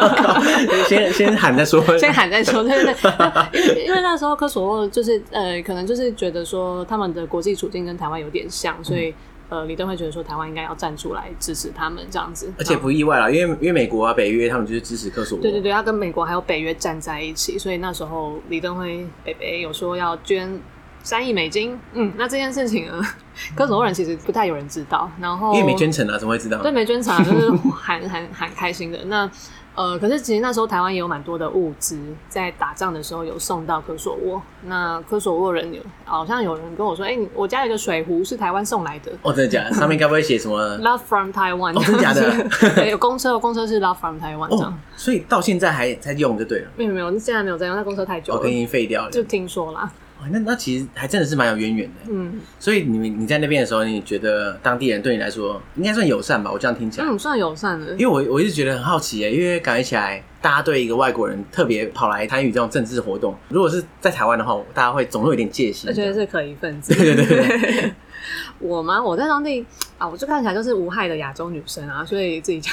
Speaker 1: 先先喊再说。
Speaker 3: 先喊再说，对对 对，因为因为那时候科索沃就是呃，可能就是觉得说他们的国际处境跟台湾有点像，所
Speaker 1: 嗯
Speaker 3: 以呃，李登辉觉得说台湾应该要站出来支持他们这样子，
Speaker 1: 而且
Speaker 3: 然后
Speaker 1: 不意外啦，因为因为美国啊、北约他们就是支持科索沃。
Speaker 3: 对对对，要跟美国还有北约站在一起，所以那时候李登辉北北有说要捐三亿美金，嗯，那这件事情呢， 科索沃人其实不太有人知道，然后
Speaker 1: 因为没捐成啊，怎么会知道？
Speaker 3: 对，没捐场就是很 很很开心的。那呃，可是其实那时候台湾也有蛮多的物资，在打仗的时候有送到科索沃。那科索沃人有好像有人跟我说，哎、你我家有一个水壶是台湾送来的。
Speaker 1: 哦，真的假 的？上面该不会写什么？
Speaker 3: Love from Taiwan，、
Speaker 1: 哦真的假 的
Speaker 3: 对，有公车，公车是 Love from Taiwan 这样。
Speaker 1: 哦，所以到现在还在用就对了，
Speaker 3: 没有没有，现在没有在用，那公车太久
Speaker 1: 哦，
Speaker 3: 了，
Speaker 1: 跟已经废掉了。
Speaker 3: 就听说啦。
Speaker 1: 哇那那其实还真的是蛮有渊源的。
Speaker 3: 嗯
Speaker 1: 所以你们你在那边的时候，你觉得当地人对你来说应该算友善吧？我这样听起来，
Speaker 3: 嗯，算友善的
Speaker 1: 因。为我我一直觉得很好奇耶，因为感觉起来大家对一个外国人特别跑来参与这种政治活动，如果是在台湾的话，大家会总会有点戒心
Speaker 3: 而。且是可疑分子。
Speaker 1: 对对对
Speaker 3: 我吗？我在当地啊，我就看起来就是无害的亚洲女生啊，所以自己讲，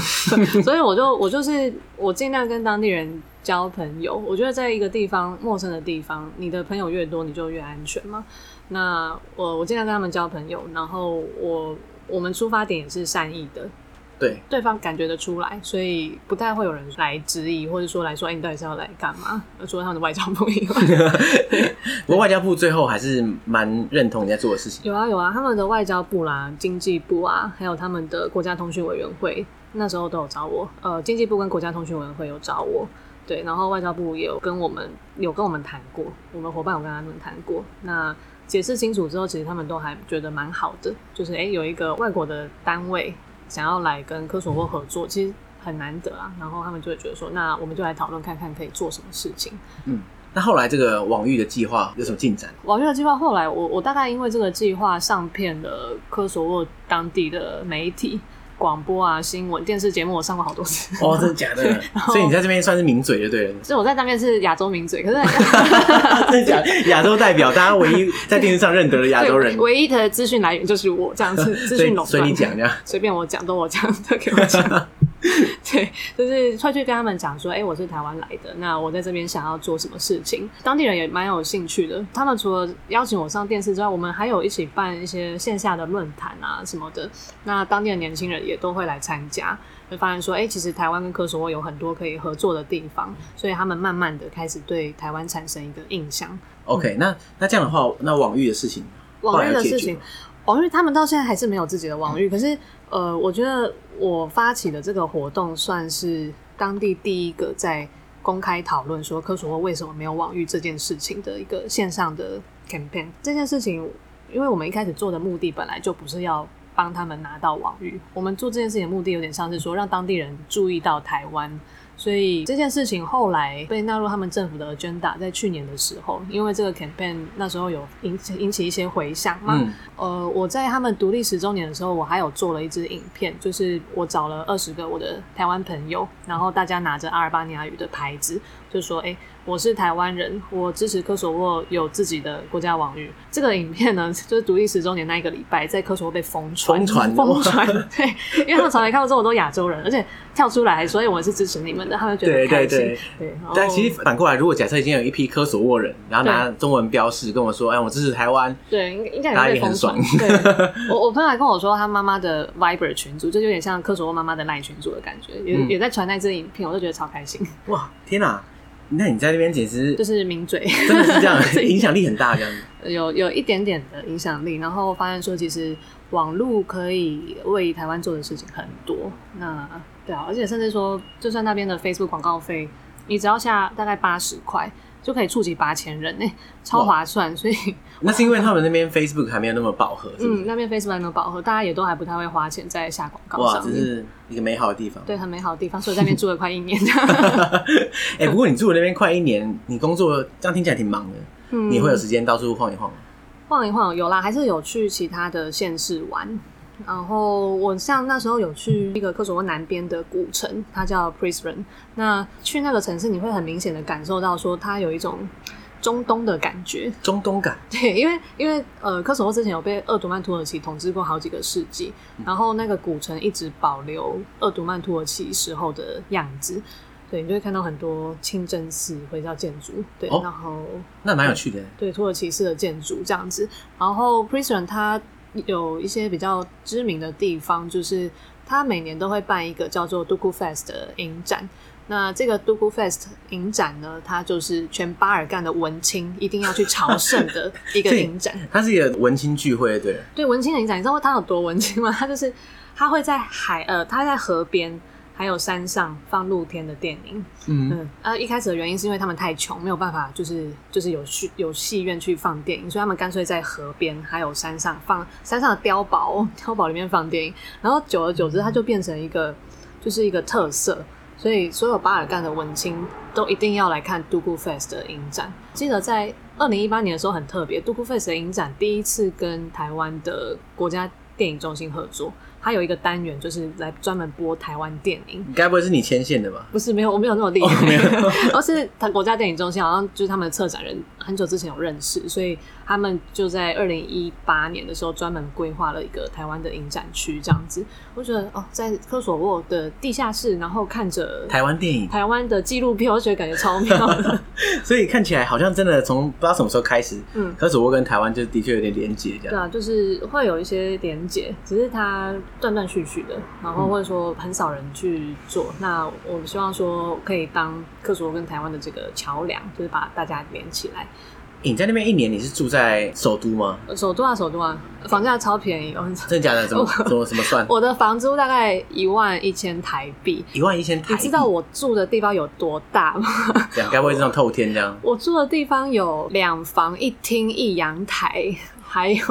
Speaker 3: 所以我就我就是我尽量跟当地人交朋友。我觉得在一个地方陌生的地方，你的朋友越多，你就越安全嘛。那我我尽量跟他们交朋友，然后我我们出发点也是善意的，
Speaker 1: 对，
Speaker 3: 对方感觉得出来，所以不太会有人来质疑，或者说来说，哎、你到底是要来干嘛？除了他们的外交部以外。
Speaker 1: 不过外交部最后还是蛮认同你在做的事情。
Speaker 3: 有啊有啊，他们的外交部啦、经济部啊，还有他们的国家通讯委员会，那时候都有找我。呃，经济部跟国家通讯委员会有找我，对，然后外交部也有跟我们有跟我们谈过，我们伙伴有跟他们谈过。那解释清楚之后，其实他们都还觉得蛮好的，就是诶、有一个外国的单位想要来跟科索沃合作，其实很难得啊。然后他们就会觉得说，那我们就来讨论看看可以做什么事情。
Speaker 1: 那后来这个网域的计划有什么 进展？
Speaker 3: 网约的计划后来我，我大概因为这个计划上片了科索沃当地的媒体、广播啊、新闻、电视节目，我上过好多次。，
Speaker 1: 哦，真的假的？所以你在这边算是名嘴就对了
Speaker 3: 就我在那边是亚洲名 嘴，可是
Speaker 1: 真的假的？亚洲代表，大家唯一在电视上认得的亚洲人
Speaker 3: 对，唯一的资讯来源就是我这样子，资
Speaker 1: 所
Speaker 3: 讯
Speaker 1: 以
Speaker 3: 垄断。
Speaker 1: 所以你讲这样。
Speaker 3: 随便我讲，都我讲，都给我讲。 对，就是快去跟他们讲说，哎、我是台湾来的，那我在这边想要做什么事情，当地人也蛮有兴趣的。他们除了邀请我上电视之外，我们还有一起办一些线下的论坛啊什么的。那当地的年轻人也都会来参加，就发现说，哎、其实台湾跟科索沃有很多可以合作的地方，所以他们慢慢的开始对台湾产生一个印象。
Speaker 1: OK，那那这样的话，那网域的事情，后
Speaker 3: 网
Speaker 1: 来
Speaker 3: 域
Speaker 1: 有
Speaker 3: 的
Speaker 1: 解
Speaker 3: 事
Speaker 1: 决
Speaker 3: 情
Speaker 1: 吗，
Speaker 3: 网域他们到现在还是没有自己的网域，可是呃，我觉得我发起的这个活动算是当地第一个在公开讨论说科索沃为什么没有网域这件事情的一个线上的 campaign。这件事情，因为我们一开始做的目的本来就不是要。帮他们拿到网域，我们做这件事情的目的有点像是说让当地人注意到台湾，所以这件事情后来被纳入他们政府的 agenda，在去年的时候，因为这个 campaign 那时候有引起引起一些回响嘛，
Speaker 1: 嗯，
Speaker 3: 呃，我在他们独立十周年的时候，我还有做了一支影片，就是我找了二十个我的台湾朋友，然后大家拿着阿尔巴尼亚语的牌子，就说：“哎、我是台湾人，我支持科索沃有自己的国家网域。”这个影片呢，就是独立十周年那一个礼拜，在科索沃被疯传，
Speaker 1: 疯传
Speaker 3: 疯传，对，因为他们从来看到这么多亚洲人，而且跳出来，所以我是支持你们的，他们觉得
Speaker 1: 对对
Speaker 3: 很开心。哦
Speaker 1: 对。
Speaker 3: 对然后
Speaker 1: 但其实反过来，如果假设已经有一批科索沃人，然后拿中文标示跟我说：“哎，我支持台湾。
Speaker 3: 对，应该应该
Speaker 1: 大家
Speaker 3: 也
Speaker 1: 也
Speaker 3: 会
Speaker 1: 很
Speaker 3: 疯传。对，我我朋友还跟我说，他妈妈的 Viber 群组，就有点像科索沃妈妈的 LINE 群组的感觉，也、
Speaker 1: 嗯
Speaker 3: 也在传那支影片，我就觉得超开心，”
Speaker 1: 哇，天哪！那你在那边简直
Speaker 3: 就是名嘴
Speaker 1: 真的是 这样，
Speaker 3: 自己
Speaker 1: 影响力很大这样子。
Speaker 3: 有有一点点的影响力，然后发现说，其实网络可以为台湾做的事情很多。那对啊，而且甚至说，就算那边的 Facebook 广告费，你只要下大概八十块。就可以触及八千人呢、欸超
Speaker 1: 哇
Speaker 3: 划算，所以
Speaker 1: 那是因为他们那边 Facebook 还没有那么饱和，是不
Speaker 3: 嗯，
Speaker 1: 是？
Speaker 3: 那边 Facebook 还没有饱和，大家也都还不太会花钱在下广告
Speaker 1: 哇，
Speaker 3: 上
Speaker 1: 这
Speaker 3: 面。
Speaker 1: 是一个美好的地方。
Speaker 3: 对，很美好的地方，所以我在那边住了快一年。
Speaker 1: 哎，不过你住的那边快一年，你工作这样听起来挺忙的。
Speaker 3: 嗯
Speaker 1: 你会有时间到处晃一晃吗？
Speaker 3: 晃一晃，有啦，还是有去其他的县市玩。然后我像那时候有去一个科索沃南边的古城，它叫 Prizren。那去那个城市，你会很明显的感受到说它有一种中东的感觉，
Speaker 1: 中东感，
Speaker 3: 对，因为因为呃，科索沃之前有被鄂图曼土耳其统治过好几个世纪，然后那个古城一直保留鄂图曼土耳其时候的样子，对你就会看到很多清真寺、回教建筑，对，
Speaker 1: 哦
Speaker 3: 然后
Speaker 1: 那蛮有趣的。
Speaker 3: 对土耳其式的建筑这样子。然后 Prison 它有一些比较知名的地方，就是它每年都会办一个叫做 Duku Fest 的影展。那这个 Duku Fest 影展呢，它就是全巴尔干的文青一定要去朝圣的一个
Speaker 1: 对
Speaker 3: 影展。
Speaker 1: 它是一个文青聚会，对了，
Speaker 3: 对文青的影展，你知道它有多文青吗？它就是它会在海呃，它在河边还有山上放露天的电影，
Speaker 1: 嗯，
Speaker 3: 嗯，呃，一开始的原因是因为他们太穷，没有办法，就是就是有戏有戏院去放电影，所以他们干脆在河边还有山上放山上的碉堡， 碉堡里面放电影。然后久而久之，它就变成一个就是一个特色，所以所有巴尔干的文青都一定要来看杜库 Fest 的影展。记得在二零一八年的时候很特别，杜库 Fest 的影展第一次跟台湾的国家电影中心合作，它有一个单元就是来专门播台湾电影。
Speaker 1: 你该不会是你牵线的吧？
Speaker 3: 不是没有，我没有那么厉害。
Speaker 1: 哦没有
Speaker 3: 而是他国家电影中心好像就是他们的策展人很久之前有认识，所以他们就在二零一八年的时候专门规划了一个台湾的影展区这样子。我觉得哦，在科索沃的地下室，然后看着
Speaker 1: 台湾电影，
Speaker 3: 台湾的纪录片，我觉得感觉超妙的。
Speaker 1: 所以看起来好像真的从不知道什么时候开始，
Speaker 3: 嗯
Speaker 1: 科索沃跟台湾就的确有点连结这
Speaker 3: 对
Speaker 1: 样。
Speaker 3: 啊，就是会有一些连结，只是它断断续续的，然后或者说很少人去做。那我们希望说可以当科索沃跟台湾的这个桥梁，就是把大家连起来。
Speaker 1: 欸你在那边一年，你是住在首都吗？
Speaker 3: 首都啊，首都啊，房价超便宜。哦。
Speaker 1: 真的假的？怎么怎么怎么算？
Speaker 3: 我的房租大概一万一千台币。
Speaker 1: 一万一千台币，
Speaker 3: 你知道我住的地方有多大吗？？
Speaker 1: 这样该不会是那种透天这样
Speaker 3: 我住的地方有两房一厅一阳台，还 有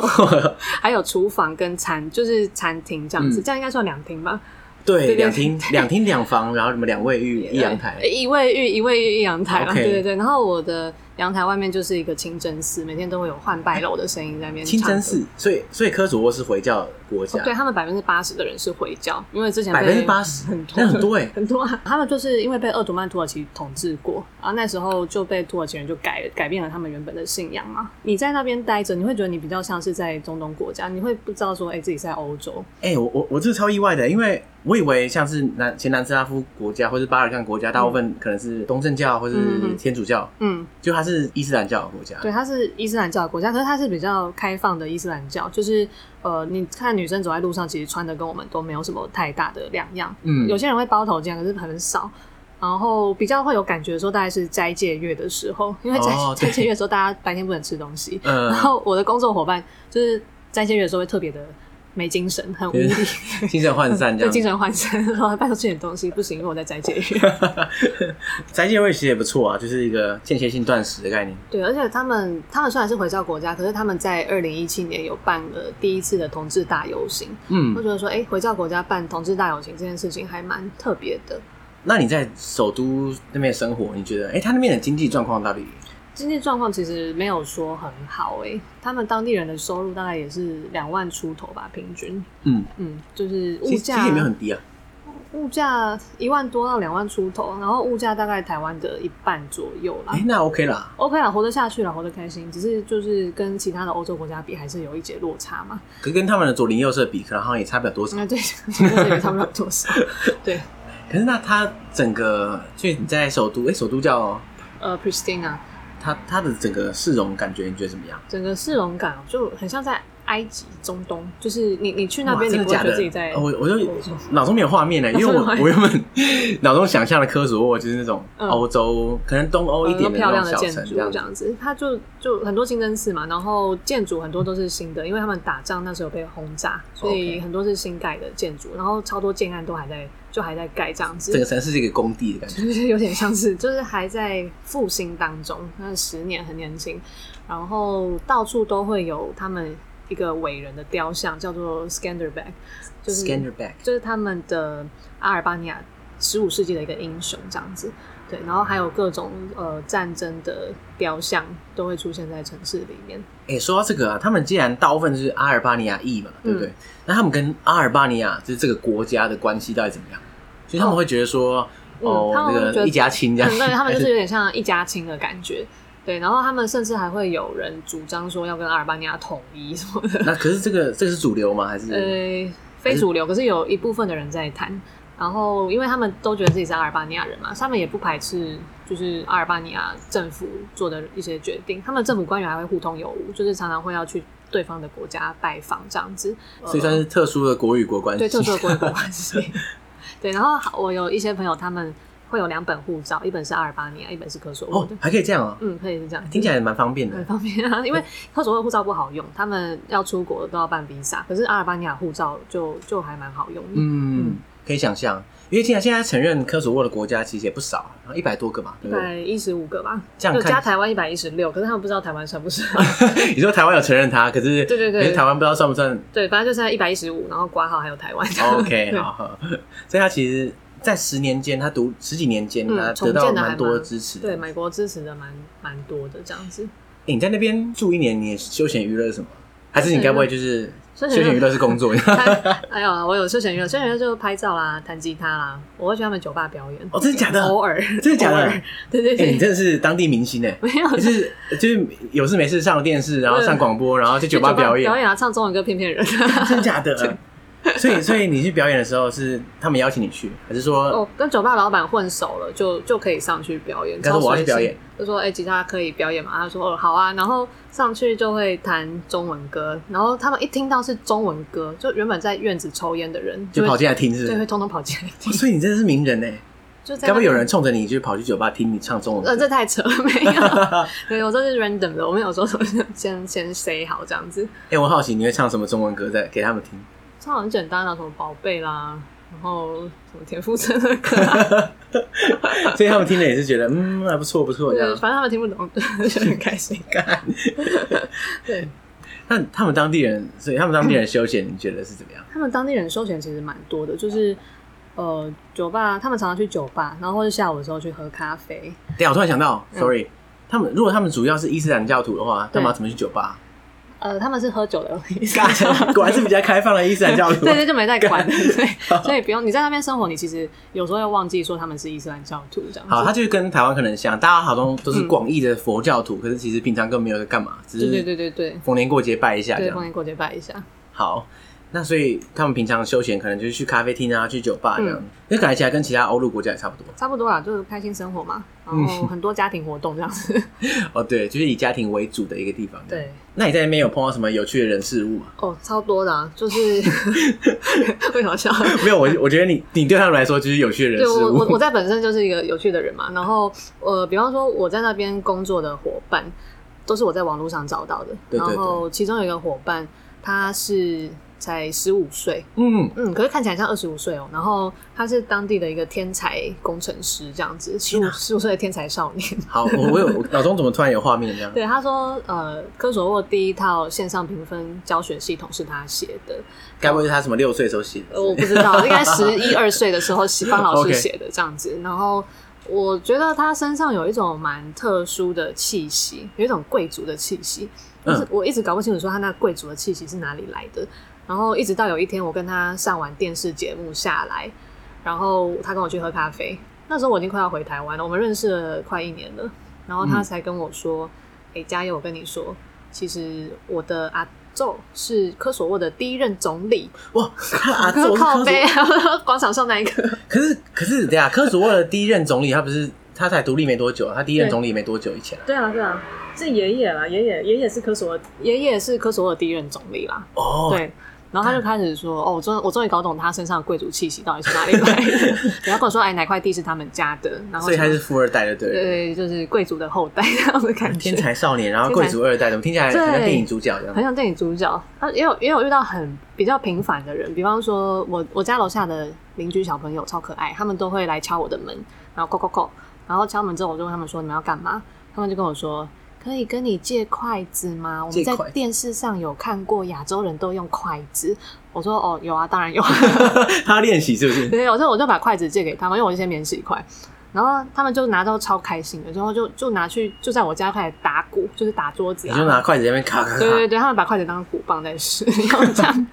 Speaker 3: 还有厨房跟餐，就是餐厅这样子，
Speaker 1: 嗯
Speaker 3: 这样应该算两厅吧？
Speaker 1: 对，
Speaker 3: 对
Speaker 1: 两厅两厅两房，然后什么两卫浴一阳台
Speaker 3: 呃，一卫浴一卫浴一阳台啊
Speaker 1: OK
Speaker 3: 对对对。然后我的阳台外面就是一个清真寺，每天都会有换拜楼的声音在那边。
Speaker 1: 清真寺。，所以所以科索沃是回教国
Speaker 3: 哦
Speaker 1: 家，
Speaker 3: 对他们百分之八十的人是回教，因为之前
Speaker 1: 百
Speaker 3: 被
Speaker 1: 分之八十
Speaker 3: 很，多
Speaker 1: 那很多哎。
Speaker 3: 很多啊，他们就是因为被鄂图曼土耳其统治过，然后那时候就被土耳其人就改改变了他们原本的信仰嘛。你在那边待着，你会觉得你比较像是在中东国家，你会不知道说，哎、自己是在欧洲。
Speaker 1: 哎、我我我这超意外的，因为我以为像是南前南斯拉夫国家或是巴尔干国家，大部分可能是东正教或是
Speaker 3: 嗯
Speaker 1: 天主教，
Speaker 3: 嗯，
Speaker 1: 就它是伊斯兰教的国家。
Speaker 3: 对，它是伊斯兰教的国家，可是它是比较开放的伊斯兰教，就是呃，你看女生走在路上，其实穿的跟我们都没有什么太大的两样。
Speaker 1: 嗯
Speaker 3: 有些人会包头巾，可是很少。然后比较会有感觉的时候，大概是斋戒月的时候，因为斋、
Speaker 1: 哦对
Speaker 3: 斋戒月的时候，大家白天不能吃东西，
Speaker 1: 嗯
Speaker 3: 然后我的工作伙伴就是在签约的时候会特别的没精神，很 无力，
Speaker 1: 精神涣散这
Speaker 3: 嗯对精
Speaker 1: 样。
Speaker 3: 神涣散，然后拜托吃点东西不行，因为我在斋戒 月。
Speaker 1: 斋戒位其实也不错啊，就是一个间歇性断食的概念。
Speaker 3: 对，而且他们他们虽然是回教国家，可是他们在二零一七年有办了第一次的同志大游行，我
Speaker 1: 嗯，
Speaker 3: 觉得说，哎、回教国家办同志大游行这件事情还蛮特别的。
Speaker 1: 那你在首都那边生活，你觉得，哎、他那边的经济状况到底？
Speaker 3: 经济状况其实没有说很好诶、他们当地人的收入大概也是两万出头吧，平均。
Speaker 1: 嗯，
Speaker 3: 嗯，就是物
Speaker 1: 其实其
Speaker 3: 价
Speaker 1: 实也没有很低啊。
Speaker 3: 物价一万多到两万出头，然后物价大概台湾的一半左右啦
Speaker 1: 哎、。那 OK 啦。
Speaker 3: OK 啊啦，活得下去了，活得开心。只是就是跟其他的欧洲国家比，还是有一节落差嘛。
Speaker 1: 可是跟他们的左邻右舍比，可能好像也差不了多少。
Speaker 3: 那对，这也差不了多少。对，
Speaker 1: 可是那它整个，所以你在首都，哎、首都叫
Speaker 3: 呃，Pristina
Speaker 1: 它它的整个市容感觉，你觉得怎么样？
Speaker 3: 整个市容感哦就很像在埃及中东，就是你你去那边，
Speaker 1: 哇真
Speaker 3: 你不
Speaker 1: 的假
Speaker 3: 会觉得
Speaker 1: 的？
Speaker 3: 自己在
Speaker 1: 哦我我就
Speaker 3: 欧洲
Speaker 1: 脑中没有画面欸 呢，因为
Speaker 3: 脑中没
Speaker 1: 我
Speaker 3: 有画面
Speaker 1: 我原本 脑中想象的科索沃就是那种
Speaker 3: 嗯
Speaker 1: 欧洲，可能东欧一
Speaker 3: 很多
Speaker 1: 点的
Speaker 3: 呃漂
Speaker 1: 那
Speaker 3: 亮
Speaker 1: 种
Speaker 3: 的
Speaker 1: 小
Speaker 3: 建
Speaker 1: 城
Speaker 3: 筑
Speaker 1: 这样
Speaker 3: 这
Speaker 1: 子。
Speaker 3: 样子，它就就很多清真寺嘛，然后建筑很多都是新的，因为他们打仗那时候被轰炸，所以
Speaker 1: OK
Speaker 3: 很多是新盖的建筑，然后超多建案都还在就还在盖这样
Speaker 1: 整个
Speaker 3: 子，
Speaker 1: 城市是一个工地的感觉。
Speaker 3: 就是有点像是就是还在复兴当中，那十年很年轻，然后到处都会有他们一个伟人的雕像，叫做 Skanderbeg，就是
Speaker 1: Scanner back，
Speaker 3: 就是他们的阿尔巴尼亚十五世纪的一个英雄这样子。对，对，然后还有各种呃战争的雕像都会出现在城市里面。
Speaker 1: 哎、说到这个啊，他们既然大部分是阿尔巴尼亚裔嘛，对不
Speaker 3: 嗯
Speaker 1: 对？那他们跟阿尔巴尼亚就是这个国家的关系到底怎么样？所以他们会觉得说，
Speaker 3: 嗯
Speaker 1: 哦，
Speaker 3: 他们会
Speaker 1: 那
Speaker 3: 觉
Speaker 1: 个
Speaker 3: 得
Speaker 1: 一家亲这样，
Speaker 3: 嗯，对，他们就
Speaker 1: 还
Speaker 3: 是有点像一家亲的感觉。对，然后他们甚至还会有人主张说要跟阿尔巴尼亚统一什么 的。
Speaker 1: 那可是这个这个是主流吗？还是、
Speaker 3: 呃，非主流，可是有一部分的人在谈。然后，因为他们都觉得自己是阿尔巴尼亚人嘛，他们也不排斥就是阿尔巴尼亚政府做的一些决定。他们政府官员还会互通有无，就是常常会要去对方的国家拜访这样子。呃
Speaker 1: 所以算是特殊的国与国关系？
Speaker 3: 对特殊的国有 关系。对，然后我有一些朋友，他们会有两本护照，一本是阿尔巴尼亚，一本是科索沃
Speaker 1: 哦
Speaker 3: 的。，
Speaker 1: 还可以这样哦，
Speaker 3: 嗯，可以是这样，
Speaker 1: 听起来也蛮方便的
Speaker 3: 很。方便啊，因为科索沃护照不好用，他们要出国都要办 visa，可是阿尔巴尼亚护照就就还蛮好用的。
Speaker 1: 嗯，可以想象，因为现在现在承认科索沃的国家其实也不少，然后一百多个嘛，
Speaker 3: 一
Speaker 1: 对不对？
Speaker 3: 百一十五个吧，
Speaker 1: 这样
Speaker 3: 就
Speaker 1: 看
Speaker 3: 加台湾一百一十六，可是他们不知道台湾算不算。
Speaker 1: 你说台湾有承认它，可是
Speaker 3: 对对对
Speaker 1: 可是台湾不知道算不算
Speaker 3: 对，反正就是一百一十五，然后挂号还有台湾。
Speaker 1: 哦 OK，
Speaker 3: 对
Speaker 1: 好好。所以他其实，在十年间，他读十几年间，
Speaker 3: 嗯
Speaker 1: 他得
Speaker 3: 重建
Speaker 1: 到
Speaker 3: 得还
Speaker 1: 蛮多
Speaker 3: 蛮
Speaker 1: 支持。
Speaker 3: 对，
Speaker 1: 诶
Speaker 3: 美国支持的蛮蛮多的这样子。
Speaker 1: 你在那边住一年，你也休闲娱乐是什么？还是你该不会就是休
Speaker 3: 休闲娱乐
Speaker 1: 闲娱乐是工作？
Speaker 3: 还有啊，我有休闲娱乐，休闲娱乐就是拍照啦、弹吉他啦，我会去他们酒吧表演。
Speaker 1: 哦，真的假的？
Speaker 3: 偶尔，
Speaker 1: 真的假的
Speaker 3: 偶尔？对对
Speaker 1: 哎，你
Speaker 3: 对，
Speaker 1: 真的是当地明星哎！
Speaker 3: 没有嗯
Speaker 1: 就是就是有事没事上电视，然后
Speaker 3: 对
Speaker 1: 上广播，然后去酒吧表演
Speaker 3: 表，演啊，唱中文歌骗骗人。
Speaker 1: 真的假的？ 所以所以你去表演的时候是他们邀请你去，还是说
Speaker 3: 哦，跟酒吧老板混熟了，就就可以上去表演。
Speaker 1: 他说
Speaker 3: 超
Speaker 1: 我要去
Speaker 3: 随性
Speaker 1: 表演，
Speaker 3: 就说哎、吉他可以表演嘛？他说哦，好啊。然后上去就会弹中文歌，然后他们一听到是中文歌，就原本在院子抽烟的人
Speaker 1: 就
Speaker 3: 会
Speaker 1: 跑进来听是不
Speaker 3: 对，
Speaker 1: 是
Speaker 3: 会？通通跑进来
Speaker 1: 哦
Speaker 3: 听。
Speaker 1: 所以你真的是名人哎！
Speaker 3: 就在
Speaker 1: 该不会
Speaker 3: 那
Speaker 1: 有人冲着你就跑去酒吧听你唱中文歌？
Speaker 3: 呃，这太扯了，没 有，对我都是 random 的，我们有时候都是先先 say 好这样子，
Speaker 1: 哎、我好奇你会唱什么中文歌，再给他们听。
Speaker 3: 唱很简单啊，什么宝贝啦，然后什么田馥甄的歌、啊，
Speaker 1: 所以他们听了也是觉得，嗯，还不错，不错这
Speaker 3: 对，
Speaker 1: 样。
Speaker 3: 反正他们听不懂，就很开心。
Speaker 1: 干，
Speaker 3: 对
Speaker 1: 那他们当地人，所以他们当地人休闲，你觉得是怎么样？
Speaker 3: 他们当地人休闲其实蛮多的，就是呃酒吧，他们常常去酒吧，然后或者下午的时候去喝咖啡，
Speaker 1: 等一啊下我突然想到，sorry，、他们如果他们主要是伊斯兰教徒的话，
Speaker 3: 嗯对
Speaker 1: 干嘛怎么去酒吧？
Speaker 3: 呃，他们是喝酒的，
Speaker 1: 干，果然是比较开放的伊斯兰教徒。啊
Speaker 3: 对对，就没在管， 对，所以不用你在那边生活，你其实有时候会忘记说他们是伊斯兰教徒这样子。
Speaker 1: 好，他就跟台湾可能像，大家好像都是广义的佛教徒，可是其实平常根本没有在干嘛，只
Speaker 3: 对嗯对
Speaker 1: 是
Speaker 3: 对对对。
Speaker 1: 逢年过节拜一下这
Speaker 3: 对，逢
Speaker 1: 样。
Speaker 3: 年过节拜一下。
Speaker 1: 好，那所以他们平常休闲可能就是去咖啡厅啊，去酒吧这样
Speaker 3: 嗯，
Speaker 1: 那、感觉起来跟其他欧陆国家也差不多。
Speaker 3: 差不多啦，就是开心生活嘛，然后很多家庭活动这样子。
Speaker 1: 哦，对，就是以家庭为主的一个地方。，
Speaker 3: 对，
Speaker 1: 那你在那边有碰到什么有趣的人事物吗？
Speaker 3: 哦，超多的、啊，就是 为什么笑？
Speaker 1: 没有，我我觉得你你对他们来说就是有趣的人
Speaker 3: 对
Speaker 1: 事
Speaker 3: 我
Speaker 1: 物。
Speaker 3: 我我在本身就是一个有趣的人嘛，然后呃，比方说我在那边工作的伙伴，都是我在网络上找到的。
Speaker 1: 对对对
Speaker 3: 然后其中有一个伙伴，他是才十五岁，
Speaker 1: 嗯，
Speaker 3: 嗯，可是看起来像二十五岁哦。然后他是当地的一个天才工程师，这样子，十五十五岁的天才少年。
Speaker 1: 好，我我有我脑中怎么突然有画面这样？
Speaker 3: 对，他说，呃，科索沃第一套线上评分教学系统是他写的，
Speaker 1: 该不会是他什么六岁的时候写的？
Speaker 3: 呃我不知道，应该十一二岁的时候帮老
Speaker 1: OK
Speaker 3: 师写的这样子。然后我觉得他身上有一种蛮特殊的气息，有一种贵族的气息。就是
Speaker 1: 嗯
Speaker 3: 我一直搞不清楚说他那贵族的气息是哪里来的。然后一直到有一天我跟他上完电视节目下来，然后他跟我去喝咖啡。那时候我已经快要回台湾了，我们认识了快一年了。然后他
Speaker 1: 嗯
Speaker 3: 才跟我说：“哎、嘉佑，我跟你说，其实我的阿宙是科索沃的第一任总理。”
Speaker 1: 哇，他阿祖是
Speaker 3: 靠
Speaker 1: 科索
Speaker 3: 背 啊，广场上那一个。
Speaker 1: 可是可是等一下，科索沃的第一任总理他不是他才独立没多久，啊他第一任总理没多久以前啊。
Speaker 3: 对啊，对啊，是爷爷啦，爷爷爷爷是科索沃，爷爷是科索沃第一任总理啦。
Speaker 1: 哦，
Speaker 3: 对。然后他就开始说：“哦，我终我终于搞懂他身上的贵族气息到底是哪里来 的。”然后跟我说：“哎，哪块地是他们家的？”然后
Speaker 1: 所以他
Speaker 3: 什么
Speaker 1: 是富二代的，对了。
Speaker 3: 对，就是贵族的后代这样的感
Speaker 1: 嗯
Speaker 3: 觉。
Speaker 1: 天才少年，然后贵族二代，怎么听起来很像
Speaker 3: 对
Speaker 1: 电影主角一样
Speaker 3: 很？像电影主角。啊，也有也有遇到很比较平凡的人，比方说我我家楼下的邻居小朋友超可爱，他们都会来敲我的门，然后扣扣扣，然后敲门之后我就问他们说你们要干嘛，他们就跟我说。可以跟你借筷子吗？我
Speaker 1: 借
Speaker 3: 们在
Speaker 1: 筷
Speaker 3: 电视上有看过亚洲人都用筷子。我说哦，有啊，当然有啊。
Speaker 1: 他练习是不是？
Speaker 3: 对，我就我就把筷子借给他们，因为我是先免洗筷。然后他们就拿到超开心的，然后就就拿去就在我家开始打鼓，就是打桌子
Speaker 1: 你
Speaker 3: 啊。
Speaker 1: 就拿筷子在那边咔咔
Speaker 3: 对对
Speaker 1: 咔，
Speaker 3: 对，他们把筷子当鼓棒在 使用，这样。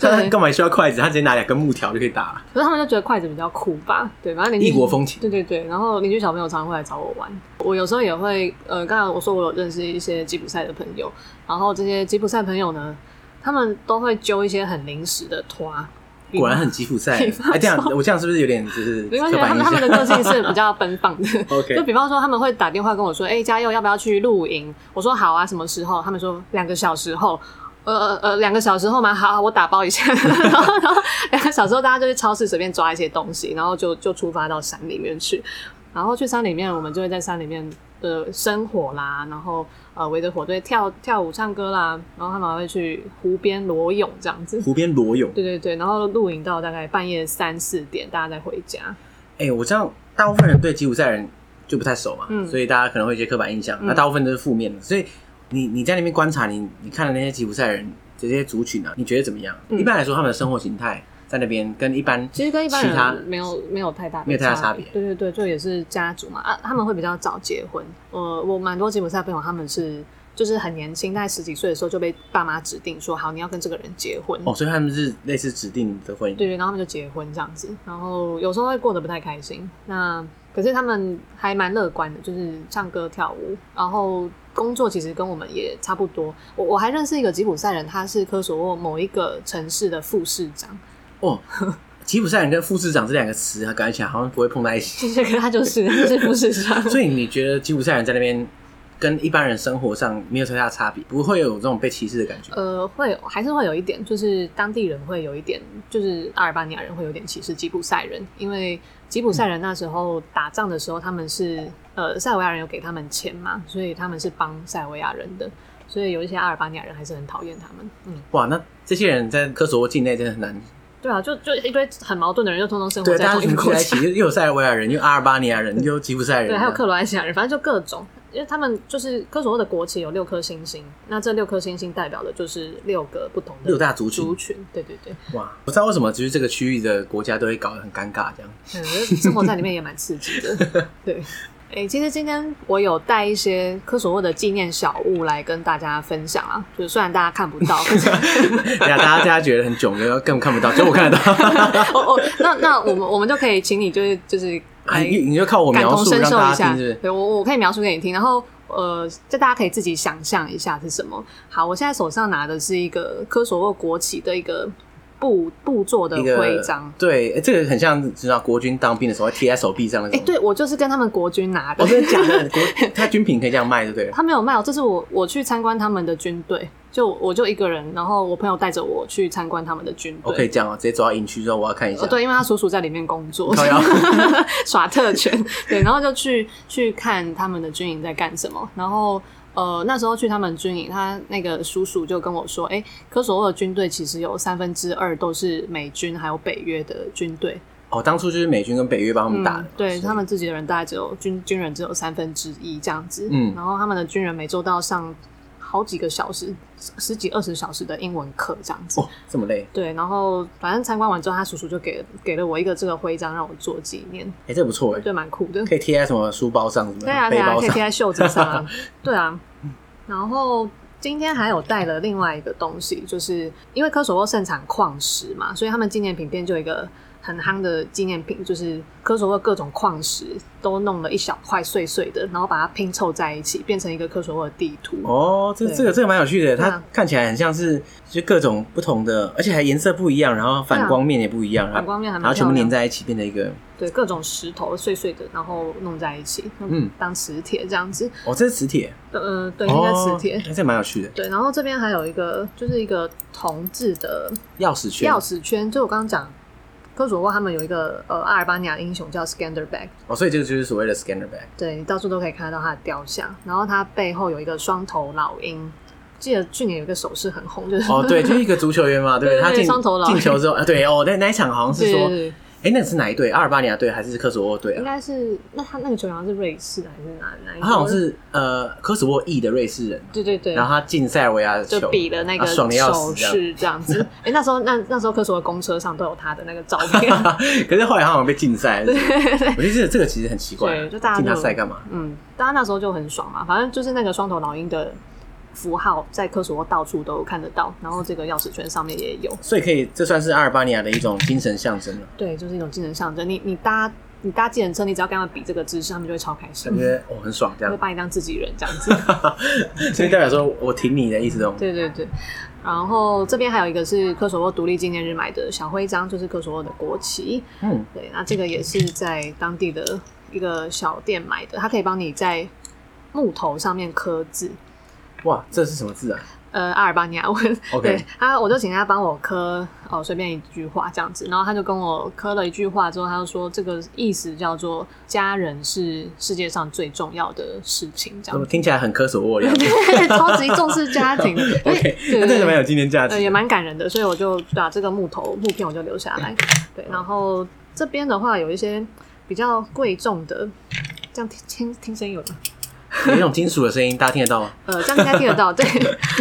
Speaker 1: 他
Speaker 3: 对
Speaker 1: 干嘛需要筷子？他直接拿两根木条就可以打了。
Speaker 3: 可是他们就觉得筷子比较酷吧，对，反正邻居
Speaker 1: 异国风情
Speaker 3: 对对对，然后邻居小朋友常常会来找我玩，我有时候也会，呃，刚才我说我有认识一些吉普赛的朋友，然后这些吉普赛朋友呢，他们都会揪一些很临时的团，比
Speaker 1: 果然很吉普赛。
Speaker 3: 比方
Speaker 1: 哎，这样
Speaker 3: 说
Speaker 1: 我这样是不是有点就是
Speaker 3: 没关
Speaker 1: 刻
Speaker 3: 系，他
Speaker 1: 板印
Speaker 3: 们他们的
Speaker 1: 象
Speaker 3: 个性是比较奔放的。
Speaker 1: ？OK，
Speaker 3: 就比方说，他们会打电话跟我说：“哎、嘉佑，要不要去露营？”我说：“好啊，什么时候？”他们说：“两个小时后。”呃呃呃，两个小时后吗？好，我打包一下。然后，然后两个小时后，大家就去超市随便抓一些东西，然后就就出发到山里面去。然后去山里面，我们就会在山里面的生火啦，然后呃围着火堆跳跳舞、唱歌啦，然后他们还会去湖边裸泳这样子。
Speaker 1: 湖边裸泳。
Speaker 3: 对对对，然后露营到大概半夜三四点，大家再回家。
Speaker 1: 哎、我知道大部分人对吉普赛人就不太熟嘛，
Speaker 3: 嗯
Speaker 1: 所以大家可能会有一些刻板印象，那
Speaker 3: 嗯
Speaker 1: 大部分都是负面的。所以你你在那边观察你你看的那些吉普赛人这些族群啊，你觉得怎么样？
Speaker 3: 嗯
Speaker 1: 一般来说，他们的生活形态在那边跟一般
Speaker 3: 其实跟一般
Speaker 1: 其他
Speaker 3: 人没有没有太大的
Speaker 1: 没有太大
Speaker 3: 差
Speaker 1: 差别
Speaker 3: 对对对，就也是家族嘛啊，他们会比较早结婚。呃，我蛮多吉普赛朋友他们是就是很年轻，在十几岁的时候就被爸妈指定说好你要跟这个人结婚。
Speaker 1: 哦，所以他们是类似指定的婚姻。
Speaker 3: 对对，然后他们就结婚这样子，然后有时候会过得不太开心。那可是他们还蛮乐观的，就是唱歌跳舞，然后工作其实跟我们也差不多。我我还认识一个吉普赛人，他是科索沃某一个城市的副市长，
Speaker 1: 哦，吉普赛人跟副市长这两个词啊，感觉起来好像不会碰在一起。
Speaker 3: 这个他就是他就是副市长。
Speaker 1: 所以你觉得吉普赛人在那边跟一般人生活上没有太大差别，不会有这种被歧视的感觉？
Speaker 3: 呃，会有还是会有一点，就是当地人会有一点，就是阿尔巴尼亚人会有点歧视吉普赛人，因为吉普赛人那时候打仗的时候，他们是呃塞尔维亚人有给他们钱嘛，所以他们是帮塞尔维亚人的，所以有一些阿尔巴尼亚人还是很讨厌他们。嗯，
Speaker 1: 哇，那这些人在科索沃境内真的很难
Speaker 3: 对啊，就就一堆很矛盾的人，就通通生活
Speaker 1: 对，大家
Speaker 3: 在同一
Speaker 1: 全
Speaker 3: 个
Speaker 1: 部
Speaker 3: 国
Speaker 1: 在
Speaker 3: 家
Speaker 1: 一。起，又有塞尔维亚人，又有阿尔巴尼亚人，又有吉普赛人，
Speaker 3: 对，还有克罗埃西亚人，反正就各种，因为他们就是科索沃的国旗有六颗星星，那这六颗星星代表的就是六个不同的
Speaker 1: 六大族群
Speaker 3: 族群，对对对，
Speaker 1: 哇！不知道为什么，就是这个区域的国家都会搞得很尴尬这样。
Speaker 3: 嗯，生活在里面也蛮刺激的。对，诶、其实今天我有带一些科索沃的纪念小物来跟大家分享啊，就是虽然大家看不到， 可是
Speaker 1: 哎呀，大家大家觉得很囧，然后根本看不到，只有我看得 到。
Speaker 3: 我我哦那那我们我们就可以请你就是就是来
Speaker 1: 哎你你就靠啊我
Speaker 3: 感
Speaker 1: 描
Speaker 3: 同
Speaker 1: 述
Speaker 3: 身
Speaker 1: 让
Speaker 3: 受一
Speaker 1: 大家
Speaker 3: 下，
Speaker 1: 听，是不是？
Speaker 3: 对我我可以描述给你听，然后呃，这大家可以自己想象一下是什么。好，我现在手上拿的是一个科索沃国旗的一个布布做的
Speaker 1: 一个
Speaker 3: 徽章。
Speaker 1: 对，哎这个很像知道国军当兵的时候会贴在手臂上那
Speaker 3: 哎、
Speaker 1: 种。
Speaker 3: 对我就是跟他们国军拿的，
Speaker 1: 哦，真的假的？ 国他军品可以这样卖，对不对？
Speaker 3: 他没有卖哦，这是我我去参观他们的军队，就我就一个人，然后我朋友带着我去参观他们的军
Speaker 1: 我可以
Speaker 3: 队。
Speaker 1: 这样哦，直接走到营区之后，我要看一下
Speaker 3: 呃。对，因为他叔叔在里面工作
Speaker 1: 靠腰，
Speaker 3: 耍特权，对，然后就去去看他们的军营在干什么。然后呃，那时候去他们军营，他那个叔叔就跟我说，哎、科索沃的军队其实有三分之二都是美军还有北约的军队，
Speaker 1: 哦，当初就是美军跟北约帮他们打的
Speaker 3: 嗯
Speaker 1: 嘛，，
Speaker 3: 对
Speaker 1: 所以
Speaker 3: 他们自己的人大概只有军军人只有三分之一这样子，
Speaker 1: 嗯
Speaker 3: 然后他们的军人每周都要上好几个小时，十十几二十小时的英文课这样子。
Speaker 1: 哦这么累，
Speaker 3: 对，然后反正参观完之后，他叔叔就给给了我一个这个徽章让我做纪念，
Speaker 1: 哎，这不错哎，
Speaker 3: 对，蛮酷的。
Speaker 1: 可以贴在什么书包上，什么
Speaker 3: 对啊，对
Speaker 1: 背
Speaker 3: 啊，
Speaker 1: 包
Speaker 3: 可以
Speaker 1: 上
Speaker 3: 贴。在袖子 上啊。对啊，然后今天还有带了另外一个东西，就是因为科索沃盛产矿石嘛，所以他们纪念品店就有一个很夯的纪念品，就是科索沃各种矿石都弄了一小块碎碎的，然后把它拼凑在一起，变成一个科索沃的地图。
Speaker 1: 哦，这
Speaker 3: 对
Speaker 1: 这个这个蛮有趣的，
Speaker 3: 对啊
Speaker 1: 它看起来很像是就各种不同的，而且还颜色不一样，然后反光面也不一样，然
Speaker 3: 反
Speaker 1: 后
Speaker 3: 光面还
Speaker 1: 然
Speaker 3: 蛮
Speaker 1: 后全
Speaker 3: 漂
Speaker 1: 部粘
Speaker 3: 亮的，
Speaker 1: 在一起，变成一个
Speaker 3: 对，各种石头碎碎的，然后弄在一起，嗯
Speaker 1: 嗯，
Speaker 3: 当磁铁这样子，
Speaker 1: 哦，这是磁铁，
Speaker 3: 呃，对，应该
Speaker 1: 哦，
Speaker 3: 磁铁，
Speaker 1: 哎这蛮有趣的，
Speaker 3: 对，然后这边还有一个，就是一个铜制的
Speaker 1: 钥匙圈
Speaker 3: 钥匙圈，就我刚刚讲，科索沃他们有一个呃阿尔巴尼亚英雄叫 Skanderbeg，
Speaker 1: 哦，所以这个就是所谓的 scanner bag，
Speaker 3: 对，到处都可以看得到他的雕像，然后他背后有一个双头老鹰，记得去年有一个手势很红，就是
Speaker 1: 哦 哦，对，就是一个足球员嘛，对不
Speaker 3: 对对
Speaker 1: 他
Speaker 3: 对
Speaker 1: 进
Speaker 3: 双头佬
Speaker 1: 进球之后，啊，对哦，那那一场好像是
Speaker 3: 对
Speaker 1: 说
Speaker 3: 对
Speaker 1: 哎，那个是哪一队？阿尔巴尼亚队还是科索沃队
Speaker 3: 应
Speaker 1: 啊？
Speaker 3: 该是那他那个球好像是瑞士还是哪哪一
Speaker 1: 他好像
Speaker 3: 国
Speaker 1: 是呃科索沃裔的瑞士人，
Speaker 3: 对对对，
Speaker 1: 然后他进塞尔维亚的球，
Speaker 3: 就比了那个
Speaker 1: 啊爽的要死
Speaker 3: 手
Speaker 1: 这样。
Speaker 3: 势这样 子。哎、那时候那那时候科索的公车上都有他的那个照片。
Speaker 1: 可是后来他好像被禁赛，我觉得这个这个其实很奇怪，啊
Speaker 3: 对就大家
Speaker 1: 禁他
Speaker 3: 就
Speaker 1: 赛干嘛？
Speaker 3: 嗯，大家那时候就很爽嘛，反正就是那个双头老鹰的符号在科索沃到处都看得到，然后这个钥匙圈上面也有。
Speaker 1: 所以可以，这算是阿尔巴尼亚的一种精神象 征了。啊
Speaker 3: 对，就是一种精神象征。你你搭你搭计程车，你只要跟他们比这个姿势，他们就会超开心
Speaker 1: 感，觉我、哦很爽这
Speaker 3: 就会
Speaker 1: 样，
Speaker 3: 把你当自己人这样子。
Speaker 1: 所以代表说我挺你的意思哦。
Speaker 3: 对对对，然后这边还有一个是科索沃独立纪念日买的小徽章，就是科索沃的国旗。
Speaker 1: 嗯，
Speaker 3: 对，那这个也是在当地的一个小店买的，它可以帮你在木头上面刻字。
Speaker 1: 哇，这是什么字啊？
Speaker 3: 呃，阿尔巴尼亚文
Speaker 1: OK
Speaker 3: 对，他我就请他帮我刻哦，随便一句话这样子，然后他就跟我刻了一句话之后，他就说这个意思叫做“家人是世界上最重要的事情”这
Speaker 1: 怎
Speaker 3: 样
Speaker 1: 么
Speaker 3: 子，
Speaker 1: 听起来很科索沃 的样子
Speaker 3: 超级重视 家庭的，因为
Speaker 1: OK，
Speaker 3: 对
Speaker 1: 那
Speaker 3: 对
Speaker 1: 这个
Speaker 3: 对
Speaker 1: 蛮有纪啊念价值
Speaker 3: 呃，也
Speaker 1: 的。
Speaker 3: 蛮感人的，所以我就把这个木头木片我就留下来。对，然后这边的话有一些比较贵重的，这样听听听声音有吗？
Speaker 1: 有一种金属的声音，大家听得到吗？
Speaker 3: 呃，这样应该听得到。对，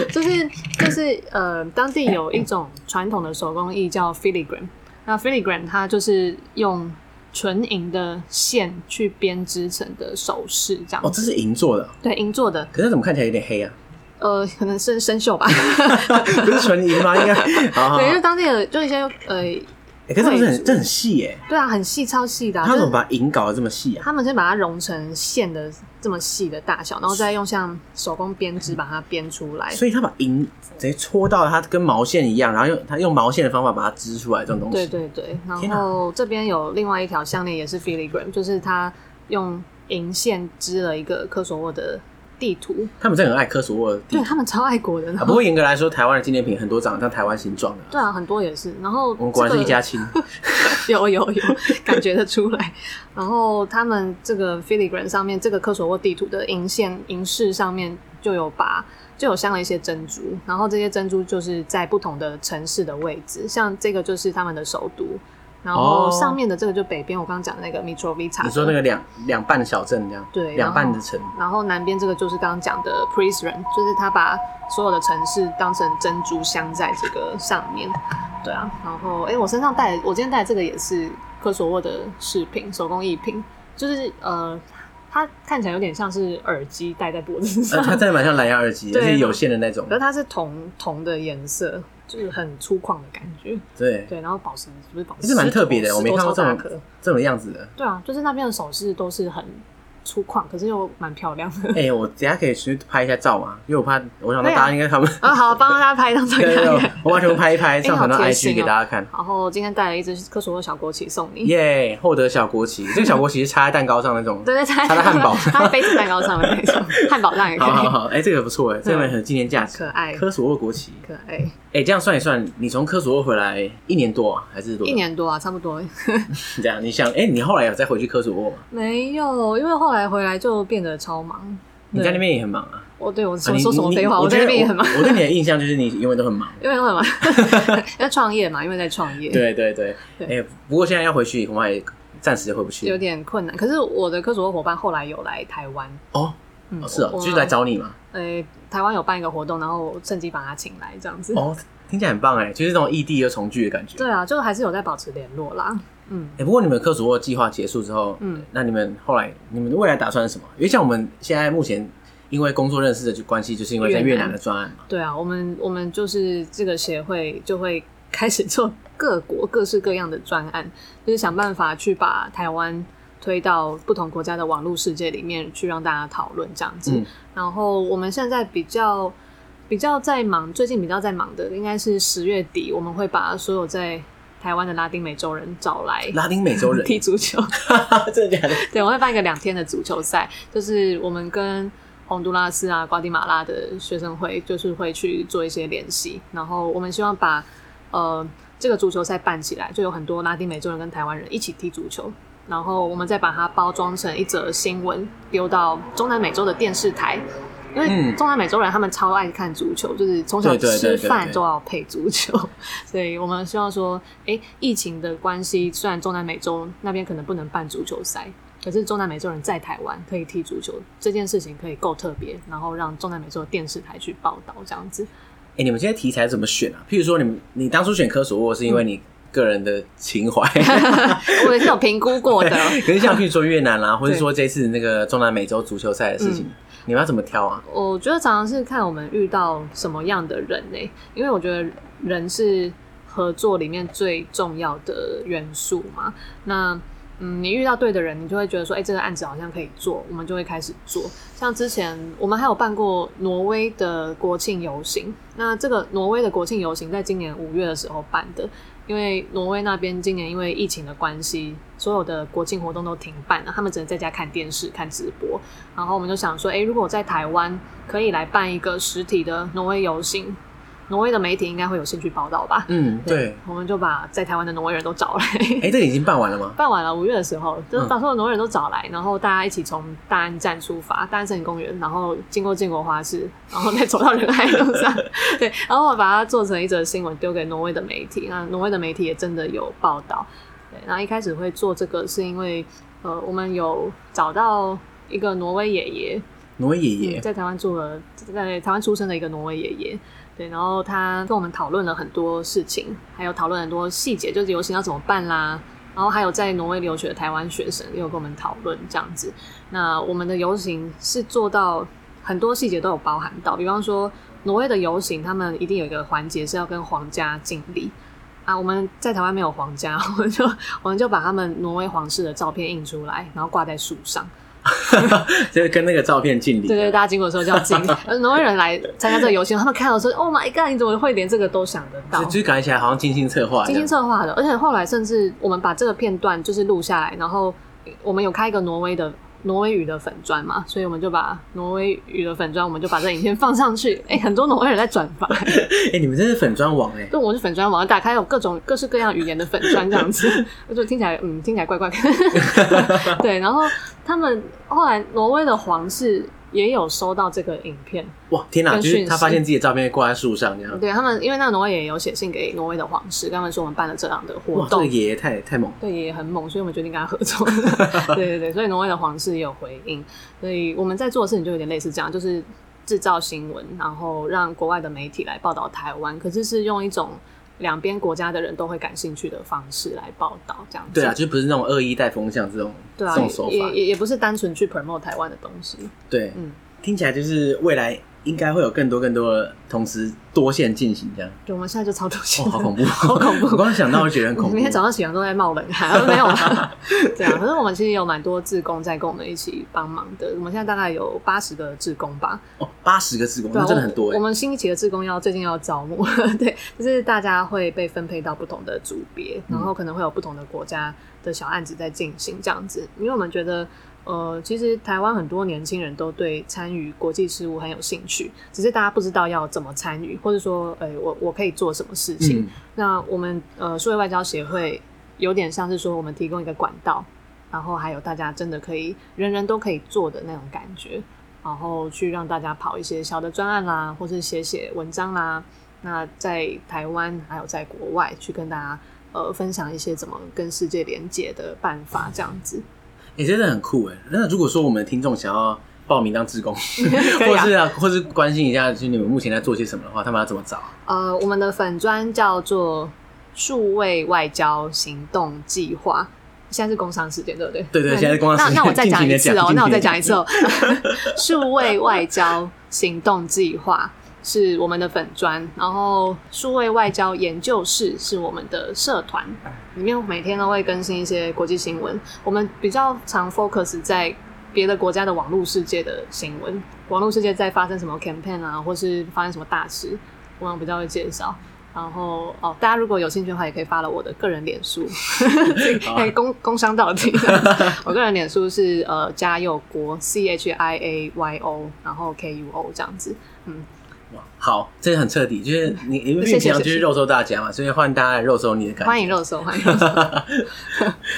Speaker 3: 就是就是呃，当地有一种传统的手工艺叫 filigree，那 filigree 它就是用纯银的线去编织成的首饰，这样
Speaker 1: 哦，
Speaker 3: 子。
Speaker 1: 这是银做的，
Speaker 3: 对，银做的，
Speaker 1: 可是怎么看起来有点黑 啊？
Speaker 3: 呃，可能是生锈吧。
Speaker 1: 不是纯银 吗？应该好好好
Speaker 3: 对，因为当地的就一些呃，
Speaker 1: 欸可是这不是很这很细耶、
Speaker 3: 对啊，很细，超细的、啊。
Speaker 1: 他
Speaker 3: 就
Speaker 1: 怎
Speaker 3: 是
Speaker 1: 么把银搞得这么细啊？
Speaker 3: 他们先把它融成线的这么细的大小，然后再用像手工编织把它编出来。
Speaker 1: 所以他把银直接搓到它跟毛线一样，然后用他用毛线的方法把它织出来这种东西。
Speaker 3: 嗯对对对，
Speaker 1: 天
Speaker 3: 然
Speaker 1: 哪
Speaker 3: 后这边有另外一条项链也是 filigree，就是它用银线织了一个科索沃的地图，
Speaker 1: 他们真的很爱科索沃的地
Speaker 3: 对他们超爱国的。然
Speaker 1: 啊。
Speaker 3: 后
Speaker 1: 不过严格来说，台湾的纪念品很多长得像台湾形状的啊、
Speaker 3: 对啊，很多也是。然后
Speaker 1: 我们果然是一家亲。
Speaker 3: 有有有，感觉得出来。然后他们这个 filigree 上面，这个科索沃地图的银线银饰上面就有把就有镶了一些珍珠，然后这些珍珠就是在不同的城市的位置，像这个就是他们的首都，然后
Speaker 1: 哦
Speaker 3: 上面的这个就北边我刚刚讲的那个 Mitrovica，
Speaker 1: 你说那
Speaker 3: 个，
Speaker 1: 个两两半小镇这样，
Speaker 3: 对
Speaker 1: 两半
Speaker 3: 然后
Speaker 1: 的城，啊
Speaker 3: 然后南边这个就是刚刚讲的 Prizren，就是他把所有的城市当成珍珠镶在这个上面。对啊，然后哎、诶我身上带的，我今天带的这个也是科索沃的饰品，手工艺品，就是呃，它看起来有点像是耳机戴在脖子上，
Speaker 1: 呃，它真的蛮像蓝牙耳机，而
Speaker 3: 对
Speaker 1: 且有线的那种
Speaker 3: 可。是它是铜铜的颜色，就是很粗犷的感觉。
Speaker 1: 对，
Speaker 3: 对，然后宝石不是宝
Speaker 1: 其
Speaker 3: 石，
Speaker 1: 实蛮特别的，
Speaker 3: 石头
Speaker 1: 我没看过
Speaker 3: 石头超
Speaker 1: 这
Speaker 3: 大
Speaker 1: 种
Speaker 3: 颗
Speaker 1: 这种样子的。
Speaker 3: 对啊，就是那边的首饰都是很粗犷，可是又蛮漂亮 的。
Speaker 1: 哎、我等一下可以去拍一下照嘛，因为我怕，我想到
Speaker 3: 对啊
Speaker 1: 大家应该他们，
Speaker 3: 啊，好，帮大家拍一张 照
Speaker 1: 对对
Speaker 3: 片。
Speaker 1: 对，我把全部拍一拍，上传到
Speaker 3: 哎好贴心
Speaker 1: IG
Speaker 3: 哦
Speaker 1: 给大家看。
Speaker 3: 然后今天带了一只科索沃小国旗送你。
Speaker 1: 耶，获得小国旗，这个小国旗是插在蛋糕上那种。
Speaker 3: 对对，它
Speaker 1: 它在汉堡
Speaker 3: 它飞在蛋糕 上面，没错，汉堡上也可
Speaker 1: 好好
Speaker 3: 以，
Speaker 1: 好，哎、这个不错哎，这个很有纪念价值。
Speaker 3: 可爱
Speaker 1: 科索沃国旗，
Speaker 3: 可爱。
Speaker 1: 哎、这样算一算，你从科索沃回来一年多啊，还是多？
Speaker 3: 一。年多啊，差不多。
Speaker 1: 这样，你想，哎、你后来有再回去科索沃吗？
Speaker 3: 没有，因为后来回来就变得超忙。
Speaker 1: 你在那边也很忙啊。
Speaker 3: 我对我说
Speaker 1: 你
Speaker 3: 说什么废话，
Speaker 1: 我
Speaker 3: 我在那边也很忙，
Speaker 1: 我对你的印象就是你永远都很忙。
Speaker 3: 因为很忙， 要创业嘛，因为在创业，
Speaker 1: 对对对，哎、
Speaker 3: 对
Speaker 1: 不过现在要回去，恐怕也暂时回不去。
Speaker 3: 有点困难。可是我的科索沃伙伴后来有来台湾，
Speaker 1: 哦，
Speaker 3: 嗯
Speaker 1: 哦是哦，
Speaker 3: 我
Speaker 1: 就是来找你嘛。
Speaker 3: 呃台湾有办一个活动，然后我趁机把他请来这样子。
Speaker 1: 哦，听起来很棒哎，就是那种异地又重聚的感觉。
Speaker 3: 对啊，就还是有在保持联络啦。嗯，
Speaker 1: 哎、不过你们科索沃计划结束之后，嗯
Speaker 3: 嗯，
Speaker 1: 那你们后来你们的未来打算是什么？因为像我们现在目前因为工作认识的就关系，就是因为在越
Speaker 3: 越南
Speaker 1: 南的专案嘛。
Speaker 3: 对啊，我们我们就是这个协会就会开始做各国各式各样的专案，就是想办法去把台湾推到不同国家的网络世界里面去，让大家讨论这样子。
Speaker 1: 嗯
Speaker 3: 然后我们现在比较比较在忙，最近比较在忙的应该是十月底，我们会把所有在台湾的拉丁美洲人找来
Speaker 1: 拉丁美洲 人，
Speaker 3: 踢足球。
Speaker 1: 真的假的？
Speaker 3: 对，我会办一个两天的足球赛，就是我们跟洪都拉斯啊、瓜地马拉的学生会，就是会去做一些联系。然后我们希望把呃这个足球赛办起来，就有很多拉丁美洲人跟台湾人一起踢足球。然后我们再把它包装成一则新闻，丢到中南美洲的电视台，因为
Speaker 1: 嗯
Speaker 3: 中南美洲人他们超爱看足球，就是从小
Speaker 1: 对对对
Speaker 3: 吃
Speaker 1: 对对
Speaker 3: 饭都要配足球， 所以我们希望说，哎，疫情的关系，虽然中南美洲那边可能不能办足球赛，可是中南美洲人在台湾可以踢足球这件事情可以够特别，然后让中南美洲的电视台去报道这样子。
Speaker 1: 哎、你们这些题材怎么选啊？譬如说你们，你当初选科索沃是因为你个人的情 怀，
Speaker 3: 我也是有评估 过的，
Speaker 1: 可是像譬如说越南啦、或者
Speaker 3: 对嗯
Speaker 1: 说这次那个中南美洲足球赛的事情，你们要怎么挑啊？
Speaker 3: 我觉得常常是看我们遇到什么样的人呢、因为我觉得人是合作里面最重要的元素嘛。那嗯，你遇到对的人，你就会觉得说，哎、这个案子好像可以做，我们就会开始做。像之前我们还有办过挪威的国庆游行，那这个挪威的国庆游行在今年五月的时候办的，因为挪威那边今年因为疫情的关系，所有的国庆活动都停办了，他们只能在家看电视、看直播。然后我们就想说，诶，如果我在台湾可以来办一个实体的挪威游行，挪威的媒体应该会有兴趣报道吧？
Speaker 1: 嗯，对。
Speaker 3: 我们就把在台湾的挪威人都找来。
Speaker 1: 哎、这个已经办完了吗？
Speaker 3: 办完了，五月的时候，就
Speaker 1: 嗯
Speaker 3: 是把所有挪威人都找来，然后大家一起从大安站出发，大安森林公园，然后经过建国花市，然后再走到仁爱路上，对，然后我把它做成一则新闻丢给挪威的媒体，那挪威的媒体也真的有报道，对，然后一开始会做这个是因为，呃，我们有找到一个挪威爷爷，
Speaker 1: 挪威爷
Speaker 3: 嗯
Speaker 1: 爷，
Speaker 3: 在台湾住了，在台湾出生的一个挪威爷爷。对，然后他跟我们讨论了很多事情，还有讨论很多细节，就是游行要怎么办啦。然后还有在挪威留学的台湾学生也有跟我们讨论这样子。那我们的游行是做到很多细节都有包含到，比方说挪威的游行，他们一定有一个环节是要跟皇家敬礼啊。我们在台湾没有皇家， 我们就我们就把他们挪威皇室的照片印出来，然后挂在树上。
Speaker 1: 就是跟那个照片敬礼。啊
Speaker 3: 对对，大家经过的时候就要敬礼。呃挪威人来参加这个游戏，他们看到说：“Oh my god！你怎么会连这个都想得到
Speaker 1: 就就是感觉起来好像精心策划？”一
Speaker 3: 精
Speaker 1: 样。
Speaker 3: 心策划的。而且后来甚至我们把这个片段就是录下来，然后我们有开一个挪威的挪威语的粉砖嘛，所以我们就把挪威语的粉砖，我们就把这影片放上去。 哎、很多挪威人在转发，
Speaker 1: 哎、你们真是粉砖王哎、
Speaker 3: 就我是粉砖网打开有各种各式各样语言的粉砖这样子， 我就听起来嗯听起来怪怪 的。对，然后他们后来挪威的皇室也有收到这个影片。
Speaker 1: 哇，天哪！
Speaker 3: 跟
Speaker 1: 就
Speaker 3: 讯
Speaker 1: 是
Speaker 3: 息
Speaker 1: 他发现自己的照片挂在树上这样。
Speaker 3: 对他们，因为那个挪威也有写信给挪威的皇室，跟他们说我们办了这样的活
Speaker 1: 哇，这个
Speaker 3: 动，
Speaker 1: 爷爷太太猛了。
Speaker 3: 对，也很猛，所以我们决定跟他合 作。对对对，所以挪威的皇室也有回应，所以我们在做的事情就有点类似这样，就是制造新闻，然后让国外的媒体来报道台湾，可是是用一种两边国家的人都会感兴趣的方式来报道这样子。
Speaker 1: 对啊，就不是那种恶意带风向这种、
Speaker 3: 对啊
Speaker 1: 这种手，
Speaker 3: 也
Speaker 1: 法。
Speaker 3: 也也不是单纯去 promote 台湾的东西。
Speaker 1: 对，
Speaker 3: 嗯
Speaker 1: 听起来就是未来应该会有更多更多的同时多线进行 这样。
Speaker 3: 对，我们现在就超多新
Speaker 1: 哇，哦好
Speaker 3: 闻，
Speaker 1: 恐怖，好恐 怖！我光想到就觉得很恐
Speaker 3: 我
Speaker 1: 怖
Speaker 3: 明。天早上起床都在冒冷汗， 没有啦。 对啊，可是我们其实有蛮多志工在跟我们一起帮忙的，我们现在大概有八十个志工吧。
Speaker 1: 哦，八十个职工，
Speaker 3: 对、
Speaker 1: 那
Speaker 3: 啊，
Speaker 1: 真的很多
Speaker 3: 我。
Speaker 1: 哎
Speaker 3: 我。们新一期的志工要最近要招募， 对，就是大家会被分配到不同的组别，然
Speaker 1: 嗯
Speaker 3: 后可能会有不同的国家的小案子在进行这样子。因为我们觉得，呃，其实台湾很多年轻人都对参与国际事务很有兴趣，只是大家不知道要怎么参与，或者说，哎、我我可以做什么事情。
Speaker 1: 嗯，
Speaker 3: 那我们呃，数位外交协会有点像是说，我们提供一个管道，然后还有大家真的可以人人都可以做的那种感觉，然后去让大家跑一些小的专案啦，或是写写文章啦。那在台湾还有在国外去跟大家呃分享一些怎么跟世界连接的办法，这样子。
Speaker 1: 也、真的很酷哎。那如果说我们的听众想要报名当职工，
Speaker 3: 可以
Speaker 1: 或
Speaker 3: 啊
Speaker 1: 是啊，或是关心一下，就是你们目前在做些什么的话，他们要怎么找？啊
Speaker 3: 呃，我们的粉砖叫做数位外交行动计划。现在是工商时间，对不对？
Speaker 1: 对对
Speaker 3: 那
Speaker 1: 现在是工商时间
Speaker 3: 那那我再讲一次
Speaker 1: 尽情地
Speaker 3: 哦，
Speaker 1: 讲
Speaker 3: 那我再讲一次哦。 数位外交行动计划是我们的粉砖，然后数位外交研究室是我们的社团，里面每天都会更新一些国际新闻。我们比较常 focus 在别的国家的网络世界的新闻，网络世界在发生什么 campaign 啊，或是发生什么大事，我们比较会介绍。然后哦，大家如果有兴趣的话，也可以发了我的个人脸书，可以工工商到 底。我个人脸书是呃家佑国 C H I A Y O，然后 K U O 这样子。嗯，
Speaker 1: 好，这个很彻底，就是你你
Speaker 3: 谢谢
Speaker 1: 平常就
Speaker 3: 谢
Speaker 1: 是
Speaker 3: 谢
Speaker 1: 肉搜大家嘛，所以换大家来肉搜你的感觉。
Speaker 3: 欢迎肉搜， 欢迎肉搜，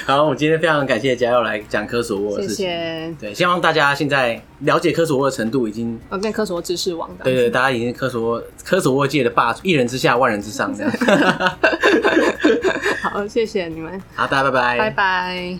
Speaker 1: 好，我们今天非常感谢嘉佑来讲科索沃的
Speaker 3: 谢
Speaker 1: 事情。
Speaker 3: 谢。
Speaker 1: 对，希望大家现在了解科索沃的程度已经，
Speaker 3: 我哦跟科索沃知识网的，
Speaker 1: 对对，大家已经是科索沃科索沃界的霸主，一人之下，万人之 上这样。
Speaker 3: 好，谢谢你们，哎
Speaker 1: 好，大家拜拜，
Speaker 3: 拜拜。